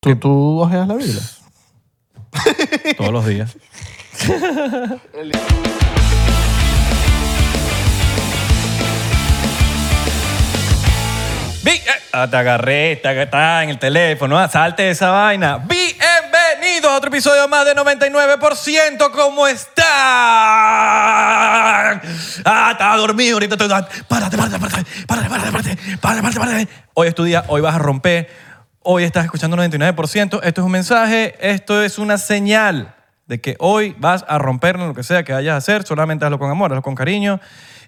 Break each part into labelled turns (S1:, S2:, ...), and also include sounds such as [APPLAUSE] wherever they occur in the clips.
S1: ¿Que tú ojeas la
S2: [LAUGHS]
S1: Biblia?
S2: Todos los días. Bi- eh, ah, te agarré, te aga- está en el teléfono, ah, salte esa vaina. Bienvenidos a otro episodio más de 99%. ¿Cómo están? Ah, estaba dormido ahorita. Estoy... ah, Párate, párate, párate, párate, párate, párate, párate, párate, párate. Hoy es tu día, hoy vas a romper. Hoy estás escuchando 99%. Esto es un mensaje, esto es una señal de que hoy vas a romper en lo que sea que vayas a hacer. Solamente hazlo con amor, hazlo con cariño.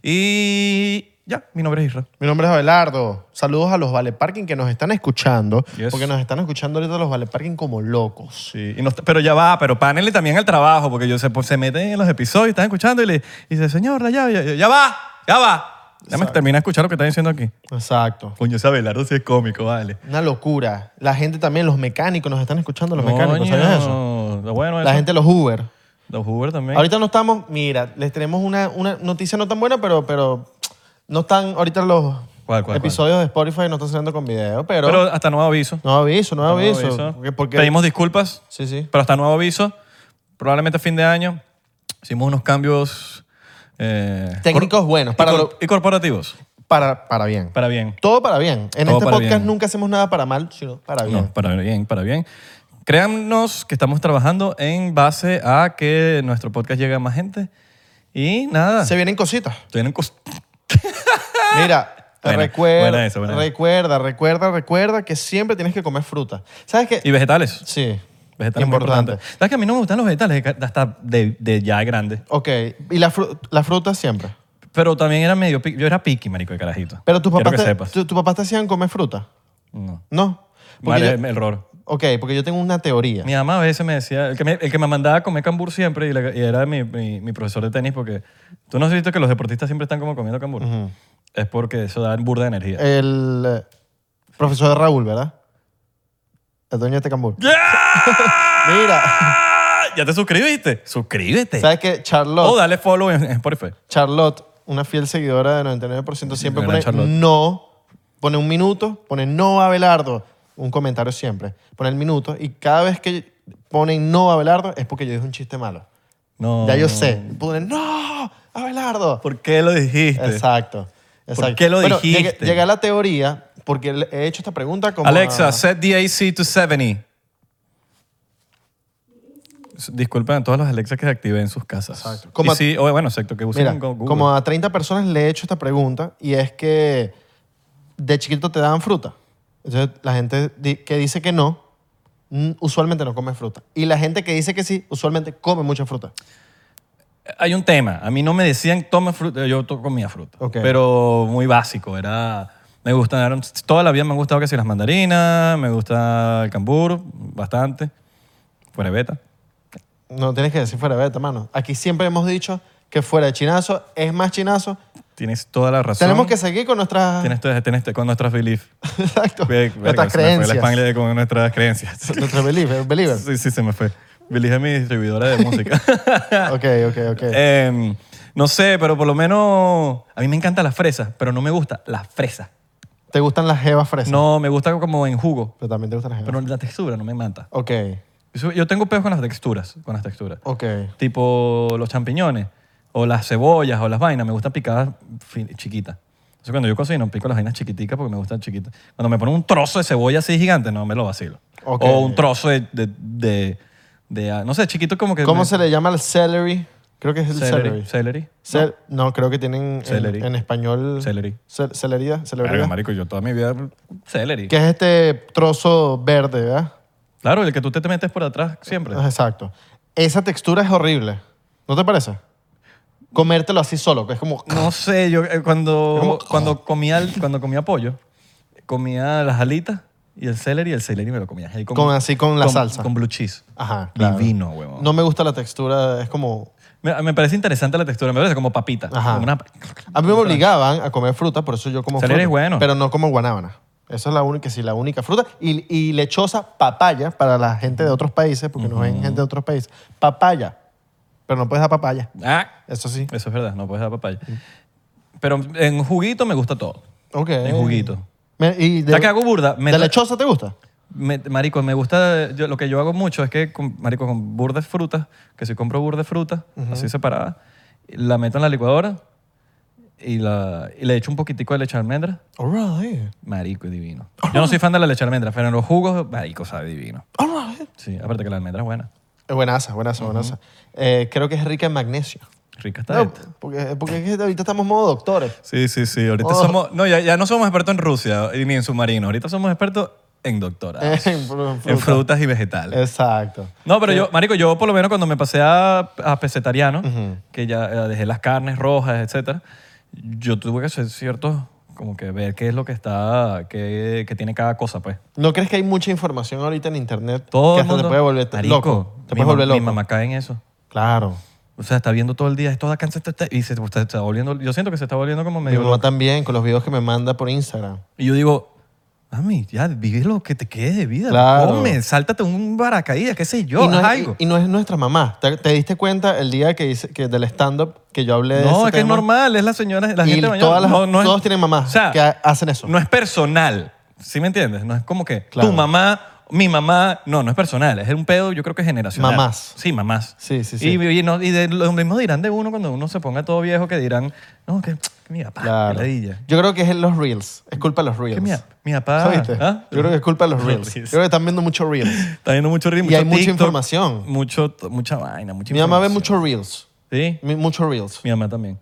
S2: Y ya, mi nombre es Israel.
S1: Mi nombre es Abelardo. Saludos a los Vale Parking que nos están escuchando.
S2: Yes.
S1: Porque nos están escuchando ahorita los Vale Parking como locos.
S2: Sí, y no está- pero ya va, pero pánenle también al trabajo, porque yo se, pues, se meten en los episodios, están escuchando y le y dice, señor, la llave, ya, ya- ya va, ya va. Ya me termina de escuchar lo que están diciendo aquí.
S1: Exacto.
S2: Coño, ese Abelardo sí es cómico, vale.
S1: Una locura. La gente también, los mecánicos, nos están escuchando los mecánicos.
S2: Coño,
S1: ¿Sabías eso?
S2: Está bueno
S1: La
S2: eso.
S1: gente de los Uber.
S2: Los Uber también.
S1: Ahorita no estamos, mira, les tenemos una, una noticia no tan buena, pero, pero no están ahorita los
S2: ¿Cuál, cuál, cuál?
S1: episodios de Spotify no están saliendo con video, pero,
S2: pero hasta nuevo aviso.
S1: no aviso, no
S2: Nuevo
S1: aviso.
S2: aviso.
S1: Porque, porque-
S2: Pedimos disculpas,
S1: Sí, sí.
S2: pero hasta nuevo aviso. Probablemente a fin de año hicimos unos cambios... eh,
S1: Técnicos
S2: cor-
S1: buenos,
S2: y
S1: para
S2: cor-
S1: lo-
S2: y corporativos.
S1: Para, para bien.
S2: Para bien.
S1: Todo para bien. En
S2: Todo
S1: este
S2: para
S1: podcast
S2: bien.
S1: nunca hacemos nada para mal, sino para bien.
S2: No, para bien, para bien. Créannos que estamos trabajando en base a que nuestro podcast llegue a más gente. Y nada,
S1: Se vienen cositas.
S2: tienen cos-
S1: Mira, te
S2: Ah. Buena,
S1: recuerda,
S2: buena esa, buena esa.
S1: recuerda, recuerda, recuerda que siempre tienes que comer fruta. ¿Sabes qué?
S2: y vegetales.
S1: sí.
S2: Vegetales muy
S1: importante.
S2: importantes. ¿Sabes que a mí no me gustan los vegetales hasta de, de ya grande?
S1: Ok, y la, fru- la fruta siempre.
S2: Pero también era medio piqui. Yo era piqui, marico, de carajito.
S1: Pero tus
S2: Quiero
S1: papás,
S2: que
S1: te,
S2: sepas.
S1: tu- tus papás te hacían comer fruta.
S2: No.
S1: No. Porque
S2: Vale,
S1: yo-
S2: el error.
S1: ok, porque yo tengo una teoría.
S2: Mi mamá a veces me decía, el que me, el que me mandaba a comer cambur siempre y, la- y era mi, mi- mi profesor de tenis porque tú no has visto que los deportistas siempre están como comiendo cambur. Es porque eso da burda de energía.
S1: El eh, profesor Raúl, ¿verdad? El dueño de este cambur. [LAUGHS] Mira,
S2: ¿Ya te suscribiste? Suscríbete.
S1: ¿sabes qué? Charlotte.
S2: O dale follow en en Spotify.
S1: Charlotte, una fiel seguidora de 99%, siempre
S2: Gran
S1: pone
S2: Charlotte.
S1: no, pone un minuto, pone no Abelardo, un comentario siempre, pone el minuto y cada vez que ponen no Abelardo es porque yo dije un chiste malo.
S2: No.
S1: Ya yo sé, ponen no Abelardo.
S2: Oh. ¿Por qué lo dijiste?
S1: Exacto. exacto.
S2: qué lo
S1: Bueno,
S2: dijiste?
S1: llegué- llegué a la teoría porque le- he hecho esta pregunta como
S2: Alexa,
S1: a-
S2: set the AC to 70. S- Disculpen a todas las Alexas que se activen en sus casas.
S1: Exacto.
S2: Como
S1: Como-
S2: sí, o bueno, exacto, que usen
S1: Mira,
S2: Go- Google.
S1: como a 30 personas le he hecho esta pregunta y es que de chiquito te daban fruta. Entonces, la gente di- que dice que no, mm, usualmente no come fruta. Y la gente que dice que sí, usualmente come mucha fruta.
S2: Hay un tema. A mí no me decían toma fruta. Yo to- comía fruta.
S1: Ok.
S2: Pero muy básico. Era... Me gustaron... Toda la vida me han gustado casi las mandarinas. Me gusta el cambur bastante. Fuera beta.
S1: No tienes que decir fuera de beta, mano. Aquí siempre hemos dicho que fuera de chinazo es más chinazo.
S2: Tienes toda la razón.
S1: Tenemos que seguir con nuestras,
S2: Tienes, to- tienes to- este, con nuestras beliefs.
S1: Ah. [LAUGHS] exacto,
S2: Ve- verga,
S1: nuestras
S2: se me fue el
S1: creencias.
S2: Spanglish con nuestras
S1: [LAUGHS]
S2: creencias.
S1: Nuestras believers. believers.
S2: [LAUGHS] sí, sí, se me fue. Believe es mi distribuidora de música.
S1: [LAUGHS] Ok, ok, ok.
S2: Em, no sé, pero por lo menos a mí me encantan las fresas, pero no me gusta las fresas.
S1: ¿Te gustan las jevas fresas?
S2: No, me gusta como en jugo,
S1: Pero también te gustan las jevas.
S2: pero la textura no me mata.
S1: Ok,
S2: Yo yo tengo peos con las texturas, con las texturas.
S1: ok.
S2: Tipo los champiñones o las cebollas o las vainas, me gustan picadas fin- chiquitas. Entonces cuando yo cocino, pico las vainas chiquiticas porque me gustan chiquitas. Cuando me ponen un trozo de cebolla así gigante, no, me lo vacilo.
S1: Ok.
S2: O un trozo de, de, de- de, ah, no sé, chiquito como que...
S1: ¿Cómo
S2: me-
S1: se le llama el celery? Creo que es el
S2: Celery.
S1: celery.
S2: Celery.
S1: Cel- no. creo que tienen
S2: Celery.
S1: en, en español.
S2: Celery.
S1: Cel- celeridad, celebridad.
S2: Verga, marico, yo toda mi vida... Celery.
S1: que es este trozo verde, ¿verdad?
S2: Claro, el que tú te metes por atrás siempre.
S1: Exacto. Esa textura es horrible. ¿No te parece? Comértelo así solo, que es como. [COUGHS]
S2: No sé, yo eh, cuando,
S1: ¿Cómo?
S2: cuando, comía, el- cuando comía pollo, comía las alitas y el celery, y el celery me lo comía. ahí
S1: Con- así con la salsa.
S2: Con blue cheese.
S1: Ajá.
S2: Divino, huevón.
S1: No me gusta la textura, es como.
S2: Me, me parece interesante la textura, me parece como papita.
S1: Ajá.
S2: como una-
S1: A mí me obligaban a comer fruta, por eso yo como
S2: Celery
S1: fruta.
S2: es bueno.
S1: Pero no como guanábana. Esa es la única, sí, la única fruta. Y, y lechosa, papaya, para la gente de otros países, porque no ven gente de otros países. Papaya. Pero no puedes dar papaya.
S2: Ah,
S1: Eso sí.
S2: eso es verdad, no puedes dar papaya. Pero en juguito me gusta todo.
S1: Ok.
S2: En juguito.
S1: Me- y de,
S2: Ya que hago burda, me
S1: ¿De
S2: tra-
S1: lechosa te gusta?
S2: Me- marico, me gusta, yo- lo que yo hago mucho es que, con, marico, con burda de frutas, que si compro burda de frutas, así separada, la meto en la licuadora y, la, y le echo un poquitico de leche de almendra,
S1: All right.
S2: marico, es divino. Yo no soy fan de la leche de almendra, pero en los jugos, marico, sabe divino.
S1: All right.
S2: Sí, aparte que la almendra es buena,
S1: Eh, Buenaza, buenaza, buenaza. Eh, creo que es rica en magnesio.
S2: rica está
S1: No,
S2: esta.
S1: porque, porque es que ahorita estamos modo doctores.
S2: Sí, sí, sí, ahorita
S1: Oh.
S2: somos, no, ya, ya no somos expertos en Rusia y ni en submarinos, ahorita somos expertos en doctorados,
S1: [LAUGHS] En
S2: [LAUGHS]
S1: fru-
S2: en
S1: fruta.
S2: frutas y vegetales.
S1: Exacto.
S2: No, pero yo, marico, yo por lo menos cuando me pasé a, a pesetariano, que ya eh, dejé las carnes rojas, etcétera, yo tuve que hacer ciertos, como que ver qué es lo que está, qué, qué tiene cada cosa, pues.
S1: ¿No crees que hay mucha información ahorita en internet
S2: Todo
S1: que
S2: el
S1: hasta
S2: mundo-
S1: te puede volver t-
S2: Marico,
S1: loco? Te
S2: mi
S1: puedes
S2: ma-
S1: volver loco.
S2: Mi mamá cae en eso.
S1: Claro.
S2: O sea, está viendo todo el día esto da cáncer ta, ta, y se está, está volviendo, yo siento que se está volviendo como
S1: Mi
S2: medio
S1: mamá
S2: loca.
S1: también, con los videos que me manda por Instagram.
S2: Y yo digo, mami, ya vive lo que te quede de vida,
S1: Claro.
S2: come, sáltate un paracaídas, qué sé yo,
S1: y, no
S2: haz
S1: es,
S2: algo.
S1: y- y no es nuestra mamá. ¿Te, te diste cuenta el día que, hice, que del stand-up que yo hablé de
S2: no,
S1: ese
S2: es que es
S1: tema?
S2: normal, es la señora, la
S1: Y
S2: gente mayor.
S1: todas las-
S2: no, no es-
S1: todos tienen mamás
S2: O sea,
S1: que ha- hacen eso.
S2: No es personal, ¿sí me entiendes? No es como que
S1: Claro.
S2: tu mamá, mi mamá, no, no es personal, es un pedo, yo creo que es generacional.
S1: Mamás.
S2: Sí, mamás.
S1: Sí, sí, sí.
S2: Y, y no- y de lo mismo dirán de uno cuando uno se ponga todo viejo que dirán, no, que, que mi papá,
S1: Claro.
S2: que Ah, ladilla.
S1: Yo creo que es en los reels. Es culpa de los reels.
S2: Que mi, mi papá.
S1: ¿Sabiste?
S2: ¿ah?
S1: Yo creo que es culpa de los
S2: [LAUGHS] Los
S1: reels. Yo
S2: reels.
S1: creo que están viendo
S2: [LAUGHS]
S1: mucho reels.
S2: Está viendo mucho ritmo.
S1: Y hay mucha información.
S2: Mucho, mucha vaina, mucha
S1: Mi mamá ve
S2: información.
S1: mucho reels.
S2: Sí,
S1: Mi- Mucho reels.
S2: mi mamá también.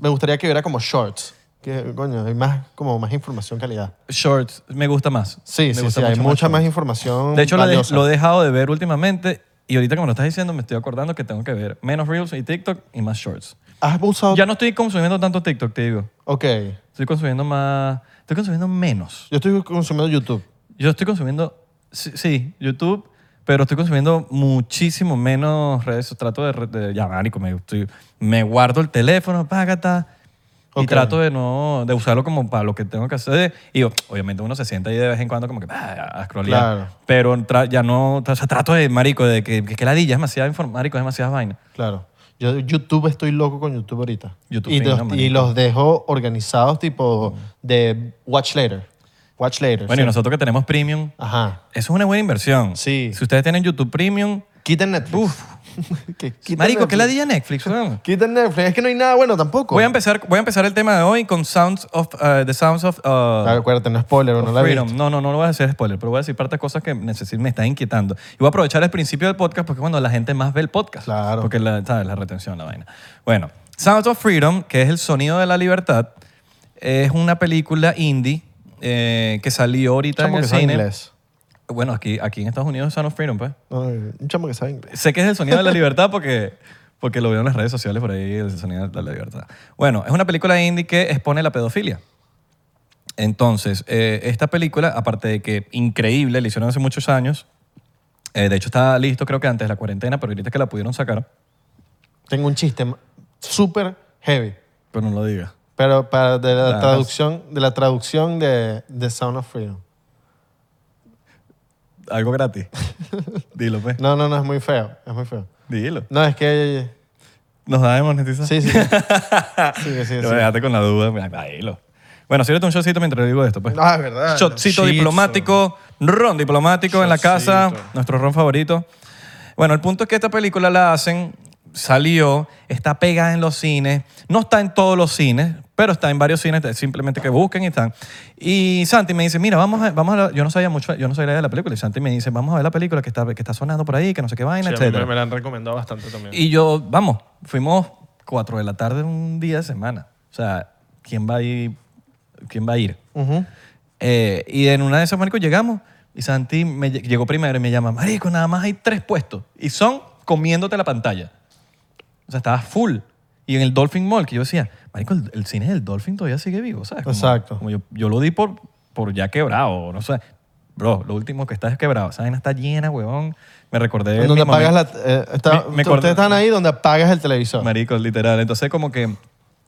S1: Me gustaría que hubiera como shorts. Que, coño, hay más, como más información calidad.
S2: Shorts, me gusta más.
S1: Sí,
S2: Me
S1: sí,
S2: gusta
S1: sí. Hay
S2: mucho
S1: mucha
S2: shorts.
S1: más información
S2: De hecho, lo, de-
S1: valiosa.
S2: lo he dejado de ver últimamente y ahorita que me lo estás diciendo me estoy acordando que tengo que ver menos Reels y TikTok y más Shorts.
S1: ¿Has usado...?
S2: Ya no estoy consumiendo tanto TikTok, te digo.
S1: Ok. Yo
S2: Estoy consumiendo más... Estoy consumiendo menos.
S1: estoy consumiendo YouTube.
S2: Yo estoy consumiendo... Sí, sí, YouTube, pero estoy consumiendo muchísimo menos redes. Trato de... re- de- ya, marico, me, estoy- me guardo el teléfono, págata... Y
S1: Ok.
S2: trato de no de usarlo como para lo que tengo que hacer. Y yo, obviamente uno se sienta ahí de vez en cuando como que ah, a scrollear.
S1: Claro.
S2: Pero tra- ya no, o sea, trato de, marico, de que, que, que ladilla, es demasiada inform- marico, es demasiadas vainas.
S1: Claro. Yo YouTube estoy loco con YouTube ahorita.
S2: YouTube
S1: y,
S2: fino,
S1: los, y
S2: marico.
S1: los dejo organizados tipo de watch later. Watch later.
S2: Bueno, y
S1: sí.
S2: nosotros que tenemos premium,
S1: Ajá.
S2: eso es una buena inversión.
S1: Sí.
S2: Si ustedes tienen YouTube premium,
S1: Quiten Netflix. [LAUGHS] Que quiten
S2: marico, que
S1: Netflix.
S2: ladilla Netflix, weón.
S1: Quiten Netflix. Es que no hay nada bueno tampoco.
S2: Voy a, empezar, voy a empezar el tema de hoy con Sounds of, uh, The Sounds of, uh,
S1: Claro, acuérdate, no es spoiler,
S2: of
S1: no la vi.
S2: Freedom. No, no, no, no voy a hacer spoiler, pero voy a decir parte de cosas que necesi- me están inquietando. Y voy a aprovechar el principio del podcast porque es cuando la gente más ve el podcast.
S1: Claro.
S2: Porque la, ¿sabes? la retención, la vaina. Bueno, Sounds of Freedom, que es el sonido de la libertad, es una película indie eh, que salió ahorita
S1: Chamo
S2: en
S1: que
S2: el
S1: sabe
S2: cine.
S1: inglés.
S2: Bueno, aquí, aquí en Estados Unidos es Sound of Freedom, pues.
S1: No, no, un chamo que sabe inglés.
S2: Sé que es el
S1: [LAUGHS]
S2: sonido de la libertad porque, porque lo veo en las redes sociales por ahí, el sonido de la libertad. Bueno, es una película indie que expone la pedofilia. Entonces, eh, esta película, aparte de que increíble, la hicieron hace muchos años. eh, de hecho, estaba listo creo que antes de la cuarentena, pero ahorita es que la pudieron sacar.
S1: Tengo un chiste ma- súper heavy.
S2: Pero no lo diga.
S1: Pero para de la
S2: Ah,
S1: traducción, de la traducción de, de Sound of Freedom.
S2: Algo
S1: [LAUGHS]
S2: gratis. Dilo, pues.
S1: No, no, no, es muy feo. Es muy feo.
S2: Dilo.
S1: No, es que.
S2: Nos da de monetizar. [LAUGHS]
S1: Sí, sí. sí. Sí, sí, sí.
S2: Yo me dejaste con la duda. mira, Dilo. Bueno, sírvete un shotcito mientras digo esto, pues.
S1: Ah, es verdad.
S2: Shotcito
S1: Shitzo.
S2: diplomático, ron diplomático en la casa,
S1: Shotcito.
S2: nuestro ron favorito. Bueno, el punto es que esta película la hacen salió, está pegada en los cines, no está en todos los cines, pero está en varios cines, simplemente que busquen y están. Y Santi me dice, mira, vamos a, vamos a- yo no sabía mucho, yo no sabía de la película, y Santi me dice, vamos a ver la película que está, que está sonando por ahí, que no sé qué vaina,
S3: Sí, a mí
S2: etcétera.
S3: me, me la han recomendado bastante también.
S2: Y yo, vamos, fuimos 4 de la tarde un día de semana. O sea, ¿quién va a ir? ¿Quién va a ir? Eh, y en una de esas, marico, llegamos y Santi me lle- llegó primero y me llama, marico, nada más hay tres puestos y son comiéndote la pantalla. O sea, estaba full. Y en el Dolphin Mall, que yo decía, marico, el, el cine del Dolphin todavía sigue vivo, ¿sabes? Como-
S1: Exacto.
S2: como yo, yo lo di por, por ya quebrado, no sé. Bro, lo último que está es quebrado. Esa vaina está llena, huevón. Me recordé... mi
S1: donde
S2: momento-
S1: apagas la... eh, está-
S2: Me- me
S1: tú-
S2: acordé-
S1: ustedes están ahí donde apagas el televisor.
S2: Marico, literal. Entonces, como que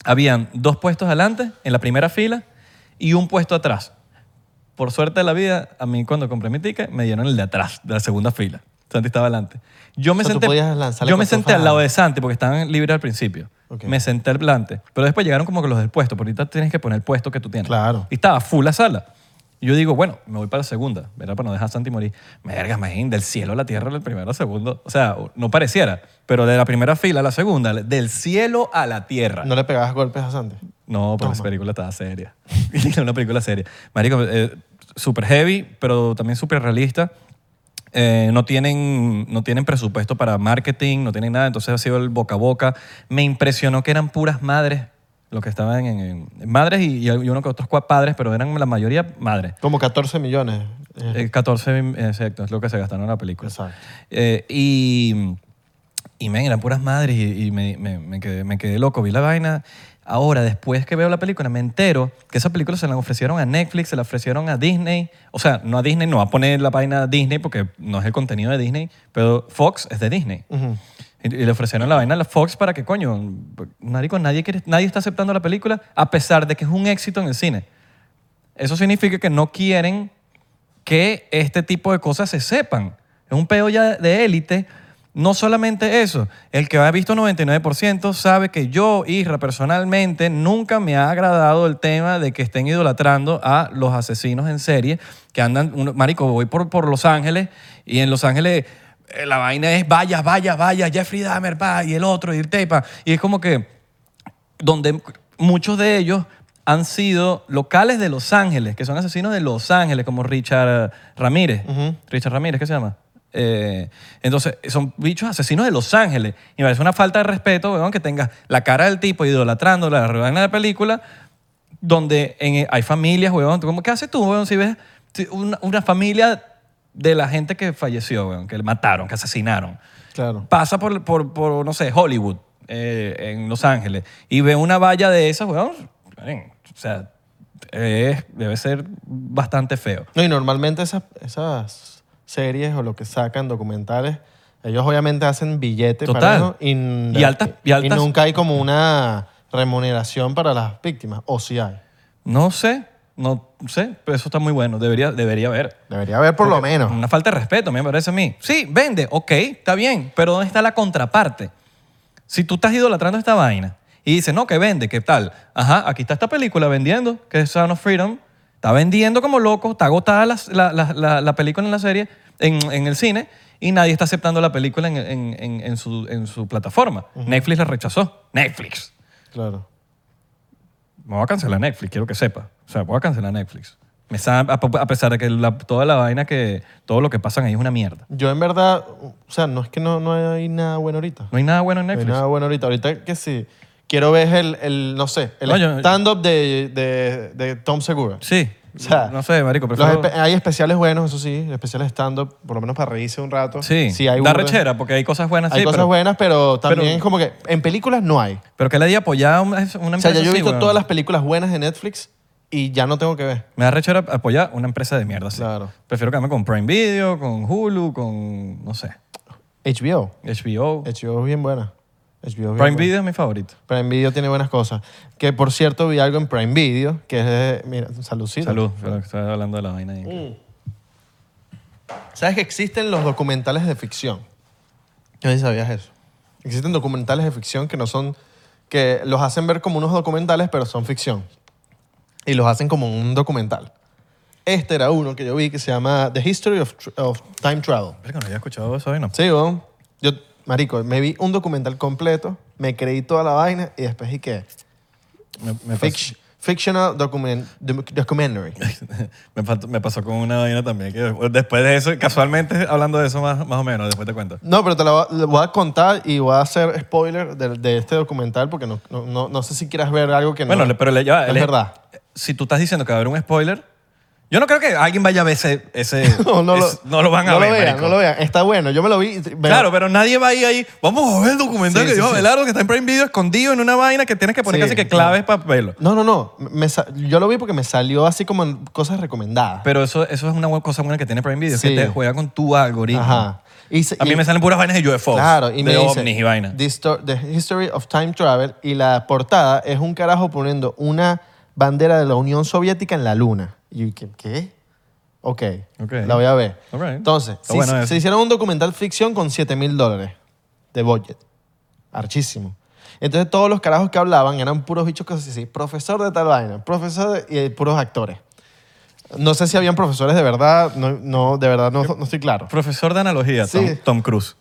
S2: habían dos puestos adelante, en la primera fila, y un puesto atrás. Por suerte de la vida, a mí cuando compré mi ticket, me dieron el de atrás, de la segunda fila. Santi estaba adelante. Yo me
S1: O sea, tú
S2: senté,
S1: podías lanzarle
S2: yo me
S1: con tu
S2: senté al
S1: fan.
S2: lado de Santi porque estaban libres al principio.
S1: Ok.
S2: Me senté adelante. Pero después llegaron como que los del puesto, porque ahorita tienes que poner el puesto que tú tienes.
S1: Claro.
S2: Y estaba full la sala. Y yo digo, bueno, me voy para la segunda, ¿verdad? Para no dejar a Santi morir. Merga, imagín, del cielo a la tierra, del primero al segundo. O sea, no pareciera, pero de la primera fila a la segunda, del cielo a la tierra.
S1: No le pegabas golpes a Santi.
S2: No, pero esa película estaba seria. [LAUGHS] Era una película seria. Marico, eh, super heavy, pero también súper realista. Eh, no, tienen, no tienen presupuesto para marketing, no tienen nada, entonces ha sido el boca a boca. Me impresionó que eran puras madres, lo que estaban en... en- madres y, y uno que otros cua- padres, pero eran la mayoría madres.
S1: Como 14 millones. eh,
S2: Eh, 14, exacto, es lo que se gastaron en la película.
S1: Exacto.
S2: Eh, y, y men, eran puras madres y, y me, me- me quedé, me quedé loco, vi la vaina. Ahora, después que veo la película, me entero que esa película se la ofrecieron a Netflix, se la ofrecieron a Disney. O sea, no a Disney, no va a poner la vaina a Disney porque no es el contenido de Disney, pero Fox es de Disney. Y y le ofrecieron la vaina a la Fox para que, coño, marico, nadie, quiere, nadie está aceptando la película a pesar de que es un éxito en el cine. Eso significa que no quieren que este tipo de cosas se sepan. Es un peo ya de élite. No solamente eso, el que ha visto 99% sabe que yo, Isra, personalmente, nunca me ha agradado el tema de que estén idolatrando a los asesinos en serie, que andan, uno- marico, voy por, por Los Ángeles y en Los Ángeles eh, la vaina es vaya, vaya, vaya, Jeffrey Dahmer, va, y el otro, y el Tepa, y es como que donde muchos de ellos han sido locales de Los Ángeles, que son asesinos de Los Ángeles, como Richard Ramírez. Richard Ramírez, ¿qué se llama? Eh, entonces, son bichos asesinos de Los Ángeles. Y me parece una falta de respeto, weón, que tengas la cara del tipo idolatrándola, la reunión de la película, donde en- eh, hay familias, weón. ¿Tú cómo- ¿Qué haces tú, weón, si ves si una, una familia de la gente que falleció, weón, que mataron, que asesinaron?
S1: Claro.
S2: pasa por, por, por, no sé, Hollywood, eh, en Los Ángeles, y ve una valla de esas, weón, ven, o sea, es- debe ser bastante feo.
S1: No, y normalmente esas, esas series o lo que sacan, documentales, ellos obviamente hacen billetes para
S2: Total.
S1: eso y,
S2: Y altas- y altas-
S1: nunca hay como una remuneración para las víctimas. O si hay.
S2: No sé, no sé, pero eso está muy bueno, debería, debería haber.
S1: Debería haber por lo menos.
S2: Una falta de respeto, me parece a mí. Sí, vende, ok, está bien, pero ¿dónde está la contraparte? Si tú estás idolatrando esta vaina y dices, no, que vende, ¿qué tal? Ajá, aquí está esta película vendiendo, que es Sound of Freedom. Está vendiendo como loco, está agotada la, la- la- la- la película en la serie, en, en el cine, y nadie está aceptando la película en, en- en- en su, en su plataforma. Netflix la rechazó. Netflix.
S1: Claro.
S2: Me voy a cancelar Netflix, quiero que sepa. O sea, voy a cancelar Netflix. Me sa- a, a pesar de que la- toda la vaina que, todo lo que pasan ahí es una mierda.
S1: Yo en verdad, o sea, no es que no, no hay nada bueno ahorita.
S2: No hay nada bueno en
S1: No hay
S2: Netflix.
S1: nada bueno ahorita. Ahorita que sí. Quiero ver el, el, no sé, el
S2: No, yo-
S1: stand-up de, de, de Tom Segura.
S2: Sí.
S1: O sea,
S2: no sé, marico,
S1: Los
S2: prefiero...
S1: espe- ah, hay especiales buenos, eso sí, especiales stand-up, por lo menos para reírse un rato.
S2: Sí,
S1: Sí, hay
S2: da
S1: burda.
S2: rechera porque hay cosas buenas,
S1: Hay
S2: sí,
S1: cosas
S2: pero,
S1: buenas, pero también
S2: pero-
S1: es como que en películas no hay.
S2: pero que le di apoyar a una, una
S1: O sea,
S2: empresa
S1: ya yo he
S2: así,
S1: visto
S2: weón.
S1: todas las películas buenas de Netflix y ya no tengo que ver.
S2: Me da rechera apoyar una empresa de mierda, sí.
S1: Claro.
S2: Prefiero quedarme con Prime Video, con Hulu, con, no sé,
S1: HBO.
S2: HBO.
S1: HBO es bien buena. HBO es bien
S2: Prime
S1: buena.
S2: Video es mi favorito.
S1: Prime Video tiene buenas cosas. Que por cierto vi algo en Prime Video, que es de, mira, saludcita.
S2: Salud, pero estás hablando de la vaina ahí.
S1: Mm. ¿Sabes que existen los documentales de ficción? Yo ni sabías eso. Existen documentales de ficción que no son, que los hacen ver como unos documentales, pero son ficción. Y los hacen como un documental. Este era uno que yo vi que se llama The History of, Tr- of Time Travel.
S2: Verga, no había escuchado eso hoy, no.
S1: Sí, weón. Yo Marico, me vi un documental completo, me creí toda la vaina y después y que
S2: Me, me
S1: fic- fictional document, doc- documentary.
S2: [LAUGHS] Me, faltó- me pasó con una vaina también. Que después de eso, casualmente hablando de eso más, más o menos, después te cuento.
S1: No, pero te la va- la voy a contar y voy a hacer spoiler de, de este documental porque no, no, no, no sé si quieras ver algo que no.
S2: Bueno, le- pero le, ya va,
S1: Es
S2: le-
S1: verdad. [LAUGHS]
S2: Si tú estás diciendo que va a haber un spoiler, yo no creo que alguien vaya a ver ese. ese
S1: [LAUGHS] No, no,
S2: es- no lo van a
S1: no
S2: ver.
S1: Lo vean,
S2: marico.
S1: no lo vean. Está bueno, yo me lo vi. y- pero-
S2: Claro, pero nadie va a ir ahí. Vamos a ver el documental
S1: Sí,
S2: que
S1: sí,
S2: yo
S1: sí.
S2: Abelardo que está en Prime Video escondido en una vaina que tienes que poner
S1: Sí,
S2: casi que
S1: no.
S2: claves para verlo.
S1: No, no, no. Me sa- yo lo vi porque me salió así como en cosas recomendadas.
S2: Pero eso, eso es una buena cosa buena que tiene Prime Video,
S1: Sí.
S2: que te juega con tu algoritmo.
S1: Ajá. Y se-
S2: A mí
S1: y-
S2: me salen puras vainas de UFOs,
S1: Claro, y
S2: de
S1: me dice,
S2: ovnis y vainas.
S1: The, sto- the History of Time Travel y la portada es un carajo poniendo una bandera de la Unión Soviética en la luna. Y yo, ¿qué? ¿Qué? Ok,
S2: Ok.
S1: la voy a ver.
S2: All right.
S1: Entonces,
S2: Está
S1: se,
S2: bueno eso.
S1: se hicieron un documental ficción con 7 mil dólares de budget. Archísimo. Entonces todos los carajos que hablaban eran puros bichos que se decían, profesor de tal vaina, profesor de, y eh, puros actores. No sé si habían profesores de verdad, no, no, de verdad no, no estoy claro.
S2: Profesor de analogía, Tom,
S1: Sí.
S2: Tom Cruise.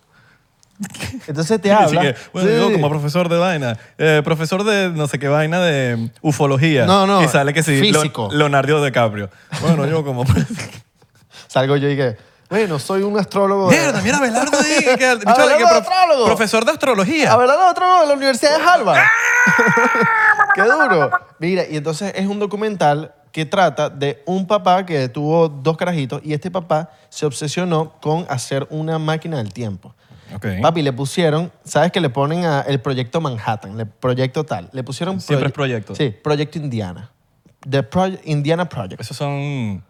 S1: Entonces te
S2: Así
S1: habla.
S2: que, bueno,
S1: Sí.
S2: yo como profesor de vaina, eh, profesor de no sé qué vaina de ufología.
S1: No, no,
S2: Y sale que sí, Lo-
S1: físico.
S2: Leonardo DiCaprio. Bueno, yo como... [LAUGHS]
S1: Salgo yo y que, bueno, soy un astrólogo. de-
S2: Mierda, mira Abelardo ahí.
S1: [LAUGHS]
S2: que- bicho,
S1: Abelardo
S2: que prof-
S1: astrólogo.
S2: profesor de astrología.
S1: A ver, no, astrólogo de la Universidad de Harvard.
S2: ¡Ah!
S1: [LAUGHS] ¡Qué duro! Mira, y entonces es un documental que trata de un papá que tuvo dos carajitos y este papá se obsesionó con hacer una máquina del tiempo.
S2: Ok.
S1: Papi, le pusieron, ¿sabes que le ponen a el proyecto Manhattan, el proyecto tal? Le pusieron...
S2: Siempre es
S1: proye-
S2: proyecto.
S1: Sí, proyecto Indiana. The Proje- Indiana Project.
S2: Esos son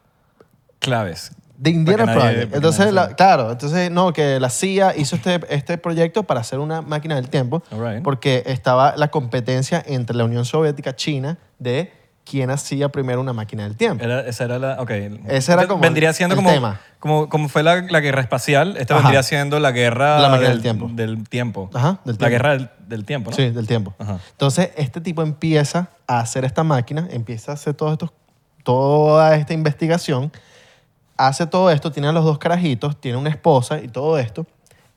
S2: claves.
S1: De Indiana
S2: Para que nadie- para
S1: Project.
S2: que nadie
S1: Entonces, la-
S2: sepa.
S1: claro, entonces, no, que la CIA hizo este, este proyecto para hacer una máquina del tiempo,
S2: All right.
S1: porque estaba la competencia entre la Unión Soviética China de quién hacía primero una máquina del tiempo.
S2: Era- esa era la. Ok.
S1: Ese era como
S2: Vendría
S1: el-
S2: siendo
S1: el
S2: como,
S1: tema.
S2: como. Como fue la, la guerra espacial, esta
S1: Ajá.
S2: vendría siendo la guerra.
S1: La máquina del tiempo.
S2: Del tiempo.
S1: Ajá, del
S2: La
S1: tiempo.
S2: guerra del, del tiempo, ¿no?
S1: Sí, del tiempo.
S2: Ajá.
S1: Entonces, este tipo empieza a hacer esta máquina, empieza a hacer todos estos, toda esta investigación, hace todo esto, tiene a los dos carajitos, tiene una esposa y todo esto.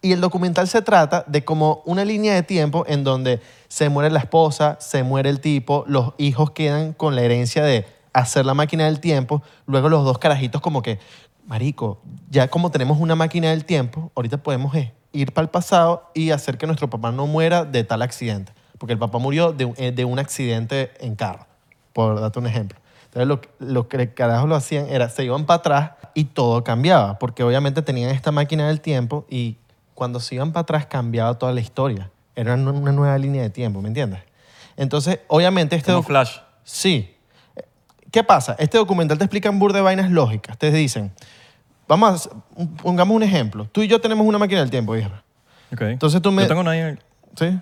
S1: Y el documental se trata de como una línea de tiempo en donde se muere la esposa, se muere el tipo, los hijos quedan con la herencia de hacer la máquina del tiempo, luego los dos carajitos como que, marico, ya como tenemos una máquina del tiempo, ahorita podemos eh, ir para el pasado y hacer que nuestro papá no muera de tal accidente, porque el papá murió de, un- eh, de un accidente en carro, por darte un ejemplo. Entonces lo, que- lo que carajos lo hacían era, se iban para atrás y todo cambiaba, porque obviamente tenían esta máquina del tiempo y cuando se iban para atrás cambiaba toda la historia. Era una, una nueva línea de tiempo, ¿me entiendes? Entonces, obviamente este...
S2: Como
S1: docu-
S2: Flash.
S1: Sí. ¿Qué pasa? Este documental te explica en burda de vainas lógicas. Te dicen, vamos a, hacer- un- pongamos un ejemplo. Tú y yo tenemos una máquina del tiempo, viejo.
S2: Ok.
S1: Entonces tú me-
S2: Yo tengo una ahí. en el-
S1: Sí.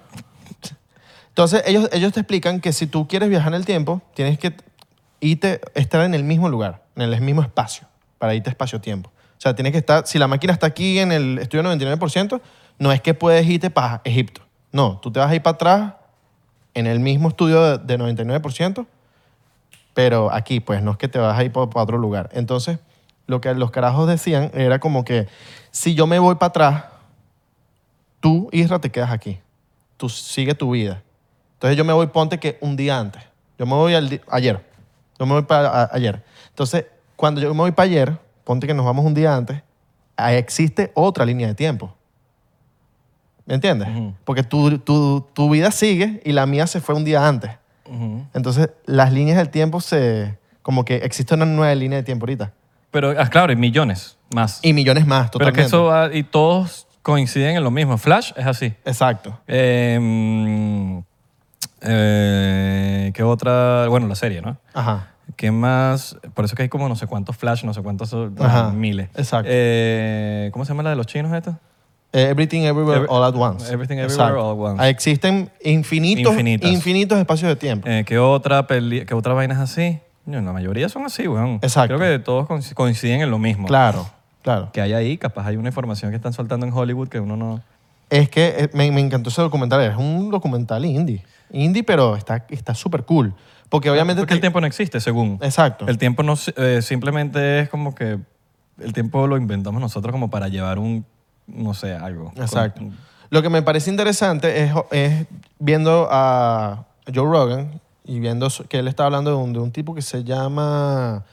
S1: Entonces, ellos, ellos te explican que si tú quieres viajar en el tiempo, tienes que irte, estar en el mismo lugar, en el mismo espacio, para irte espacio-tiempo. O sea, tienes que estar, si la máquina está aquí en el estudio 99%, no es que puedes irte para Egipto. No, tú te vas a ir para atrás en el mismo estudio de, de 99%, pero aquí, pues, no es que te vas a ir para, otro lugar. Entonces, lo que los carajos decían era como que si yo me voy para atrás, tú, Isra, te quedas aquí. Tú sigue tu vida. Entonces yo me voy, ponte que un día antes. Yo me voy al di- ayer. Yo me voy para a- ayer. Entonces, cuando yo me voy para ayer, ponte que nos vamos un día antes, ahí existe otra línea de tiempo. ¿Me entiendes?
S2: Ujú.
S1: Porque tu, tu- tu vida sigue y la mía se fue un día antes.
S2: Ujú.
S1: Entonces, las líneas del tiempo se... Como que existe una nueva línea de tiempo ahorita.
S2: Pero, ah, claro, y millones más.
S1: Y millones más,
S2: Pero es
S1: totalmente.
S2: que eso va. Y todos coinciden en lo mismo. Flash es así.
S1: Exacto.
S2: Eh, mm, eh, ¿Qué otra? Bueno, la serie, ¿no?
S1: Ajá.
S2: ¿Qué más? Por eso que hay como no sé cuántos flash, no sé cuántos ah,
S1: Ajá,
S2: miles.
S1: exacto.
S2: Eh, ¿Cómo se llama la de los chinos esta?
S1: Eh, Everything Everywhere
S2: Every-
S1: All at Once.
S2: Everything, Everywhere, All at Once.
S1: Ah, Existen infinitos,
S2: Infinitas.
S1: infinitos espacios de tiempo.
S2: Eh, ¿qué, otra peli, ¿Qué otra vaina es así? No, la mayoría son así, weón.
S1: Exacto.
S2: Creo que todos coinc- coinciden en lo mismo.
S1: Claro, claro.
S2: Que hay ahí, capaz hay una información que están soltando en Hollywood que uno no...
S1: Es que eh, me, me encantó ese documental. Es un documental indie. Indie, pero está está súper cool. Porque obviamente...
S2: Porque el
S1: te-
S2: tiempo no existe, según.
S1: Exacto.
S2: El tiempo no se- eh, simplemente es como que el tiempo lo inventamos nosotros como para llevar un, no sé, algo.
S1: Exacto.
S2: Con-
S1: Lo que me parece interesante es, es viendo a Joe Rogan y viendo su- que él está hablando de un, de un tipo que se llama...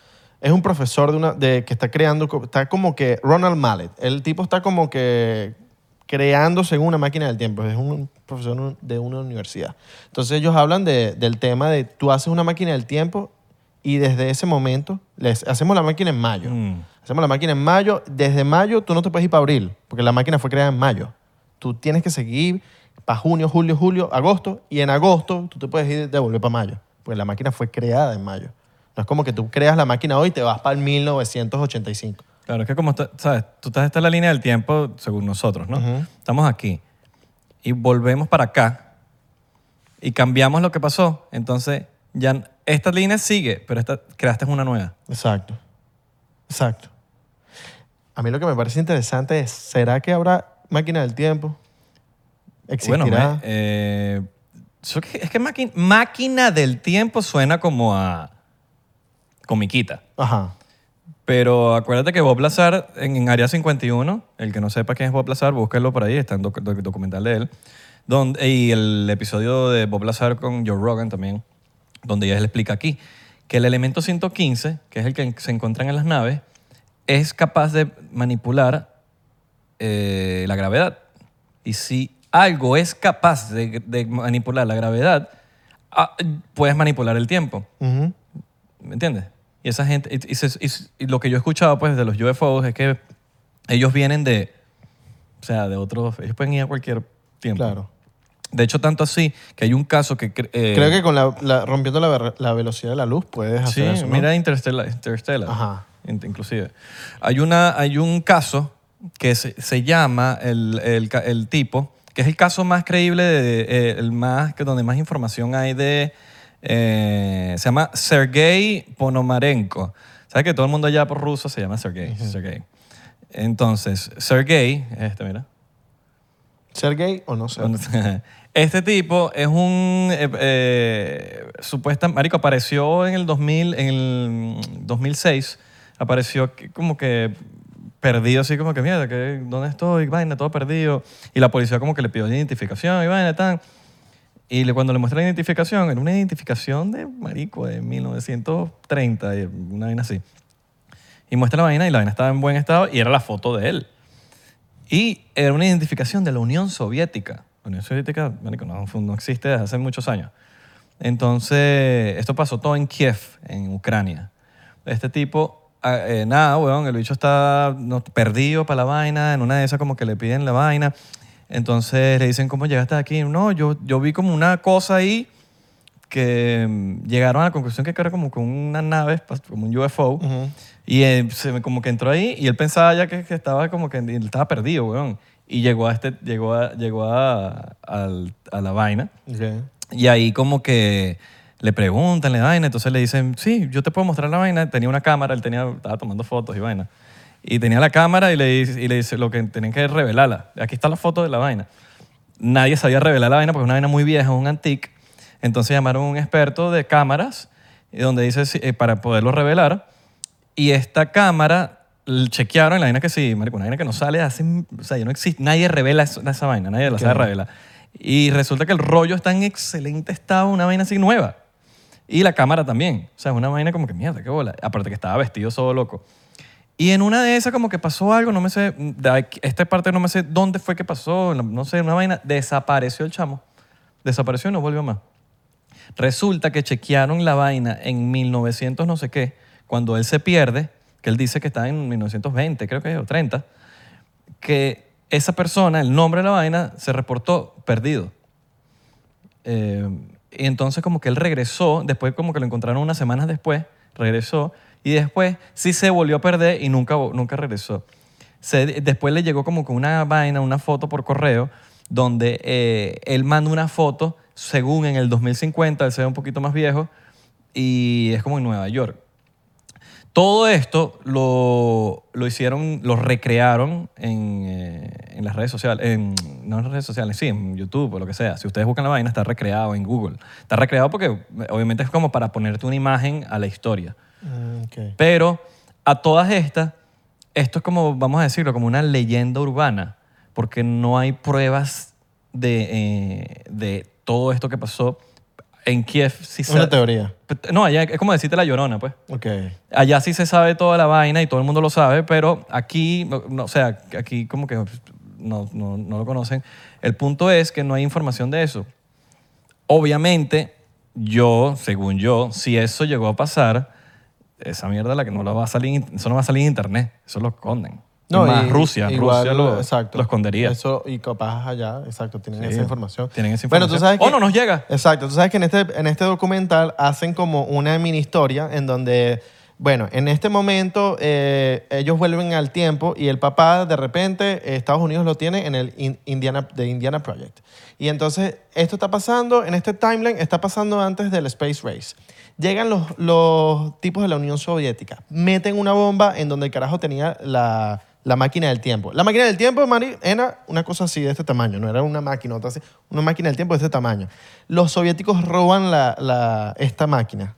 S1: Es un profesor de una, de, que está creando, co- está como que Ronald Mallet. El tipo está como que creando según una máquina del tiempo. Es un profesor de una universidad. Entonces ellos hablan de- del tema de tú haces una máquina del tiempo y desde ese momento les hacemos la máquina en mayo.
S2: Mm.
S1: Hacemos la máquina en mayo. Desde mayo tú no te puedes ir para abril, porque la máquina fue creada en mayo. Tú tienes que seguir para junio, julio, julio, agosto, y en agosto tú te puedes ir de volver para mayo, porque la máquina fue creada en mayo. No es como que tú creas la máquina hoy y te vas para el 1985.
S2: Claro, es que como está- sabes, tú estás en la línea del tiempo según nosotros, ¿no? Estamos aquí y volvemos para acá y cambiamos lo que pasó, entonces ya n- esta línea sigue, pero esta creaste una nueva.
S1: Exacto. Exacto. A mí lo que me parece interesante es, ¿será que habrá máquina del tiempo? ¿Existirá?
S2: Bueno, me- eh, yo que- es que maqui- máquina del tiempo suena como a comiquita.
S1: Ajá.
S2: Pero acuérdate que Bob Lazar en, en Área 51, el que no sepa quién es Bob Lazar, búsquelo por ahí, está en doc- doc- documental de él. Donde, y el episodio de Bob Lazar con Joe Rogan también, donde ya él explica aquí que el elemento 115, que es el que se encuentran en las naves, es capaz de manipular eh, la gravedad. Y si algo es capaz de, de manipular la gravedad, ah, puedes manipular el tiempo.
S1: Ujú.
S2: ¿Me entiendes? Y esa gente, y, y se- y s- y lo que yo he escuchado pues de los UFOs es que ellos vienen de, o sea, de otros, ellos pueden ir a cualquier tiempo.
S1: Claro.
S2: De hecho, tanto así que hay un caso que... cre- eh,
S1: Creo que con la, la- rompiendo la, ver- la velocidad de la luz puedes
S2: Sí,
S1: hacer eso. ¿no?
S2: mira Interstellar. Interstellar,
S1: Ajá.
S2: in- Inclusive. Hay, una, hay un caso que se, se llama el, el ca- el tipo, que es el caso más creíble, de, eh, el más, que donde más información hay de... eh, se llama Sergei Ponomarenko. ¿Sabes que todo el mundo allá por ruso se llama Sergei? Sergei. Entonces, Sergei, este, mira.
S1: ¿Ser gay o no ser?
S2: [LAUGHS] Este tipo es un eh, eh, supuesta marico apareció en el 2000 en el mm, 2006 apareció que- como que perdido así como que mierda que dónde estoy vaina todo perdido y la policía como que le pidió identificación y vaina tan y le- cuando le mostré la identificación era una identificación de marico de 1930 y una vaina así y muestra la vaina y la vaina estaba en buen estado y era la foto de él y era una identificación de la Unión Soviética. La Unión Soviética marico, no, fu- no existe desde hace muchos años. Entonces, esto pasó todo en Kiev, en Ucrania. Este tipo, ah, eh, nada, weón, el bicho está no, perdido para la vaina, en una de esas como que le piden la vaina. Entonces le dicen, ¿cómo llegaste aquí? No, yo, yo vi como una cosa ahí que mm, llegaron a la conclusión que era como que una nave, espa- como un UFO, y eh, se me- como que entró ahí y él pensaba ya que, que estaba como que él estaba perdido, weón. Y llegó a, este, llegó a, llegó a, al- a la vaina
S1: Ok.
S2: y ahí como que le preguntan la vaina, entonces le dicen, sí, yo te puedo mostrar la vaina. Tenía una cámara, él tenía, estaba tomando fotos y vaina. Y tenía la cámara y le, dice- y le dice lo que tenían que revelarla. Aquí está la foto de la vaina. Nadie sabía revelar la vaina porque es una vaina muy vieja, es un antique. Entonces llamaron a un experto de cámaras y donde dice si- eh, para poderlo revelar. Y esta cámara l- chequearon y la vaina que sí, marico, una vaina que no sale hace, o sea, ya no existe, nadie revela eso- esa vaina, nadie la sabe revelar. Y resulta que el rollo está en excelente estado, una vaina así nueva. Y la cámara también, o sea, es una vaina como que mierda, qué bola. Aparte que estaba vestido solo loco. Y en una de esas como que pasó algo, no me sé, de aquí- esta parte no me sé dónde fue que pasó, no- no sé, una vaina, desapareció el chamo. Desapareció y no volvió más. Resulta que chequearon la vaina en 1900 no sé qué, cuando él se pierde, que él dice que está en 1920, creo que es, o 30, que esa persona, el nombre de la vaina, se reportó perdido. Eh, y entonces como que él regresó, después como que lo encontraron unas semanas después, regresó y después sí se volvió a perder y nunca, vo- nunca regresó. Se- después le llegó como que una vaina, una foto por correo, donde eh, él manda una foto, según en el 2050, él se ve un poquito más viejo, y es como en Nueva York. Todo esto lo, lo hicieron, lo recrearon en, eh, en las redes sociales, en, no en las redes sociales, sí, en YouTube o lo que sea. Si ustedes buscan la vaina, está recreado en Google. Está recreado porque eh, obviamente es como para ponerte una imagen a la historia.
S1: Mm, ok.
S2: Pero a todas estas, esto es como, vamos a decirlo, como una leyenda urbana. porque no hay pruebas de, eh, de todo esto que pasó en Kiev. Sí
S1: Es
S2: se-
S1: una teoría.
S2: No, allá es como decirte la llorona, pues.
S1: Ok.
S2: Allá sí se sabe toda la vaina y todo el mundo lo sabe, pero aquí, no, no, o sea, aquí como que no, no- no lo conocen. El punto es que no hay información de eso. Obviamente, yo, según yo, si eso llegó a pasar, esa mierda la que no la va a salir, en- eso no va a salir en internet, eso lo esconden. No, más
S1: y-
S2: Rusia,
S1: igual,
S2: Rusia lo,
S1: exacto.
S2: lo escondería.
S1: Eso, y capaz allá, exacto, tienen
S2: Sí,
S1: esa información.
S2: tienen esa
S1: Bueno, tú
S2: información.
S1: sabes que-
S2: O no nos llega.
S1: Exacto, tú sabes que en este, en este documental hacen como una mini historia en donde, bueno, en este momento eh, ellos vuelven al tiempo y el papá de repente eh, Estados Unidos lo tiene en el In- Indiana, The Indiana Project. Y entonces esto está pasando, en este timeline está pasando antes del Space Race. Llegan los, los tipos de la Unión Soviética, meten una bomba en donde el carajo tenía la, la máquina del tiempo. La máquina del tiempo, Mari, era una cosa así de este tamaño, no era una máquina, otra así, una máquina del tiempo de este tamaño. Los soviéticos roban la, la- esta máquina.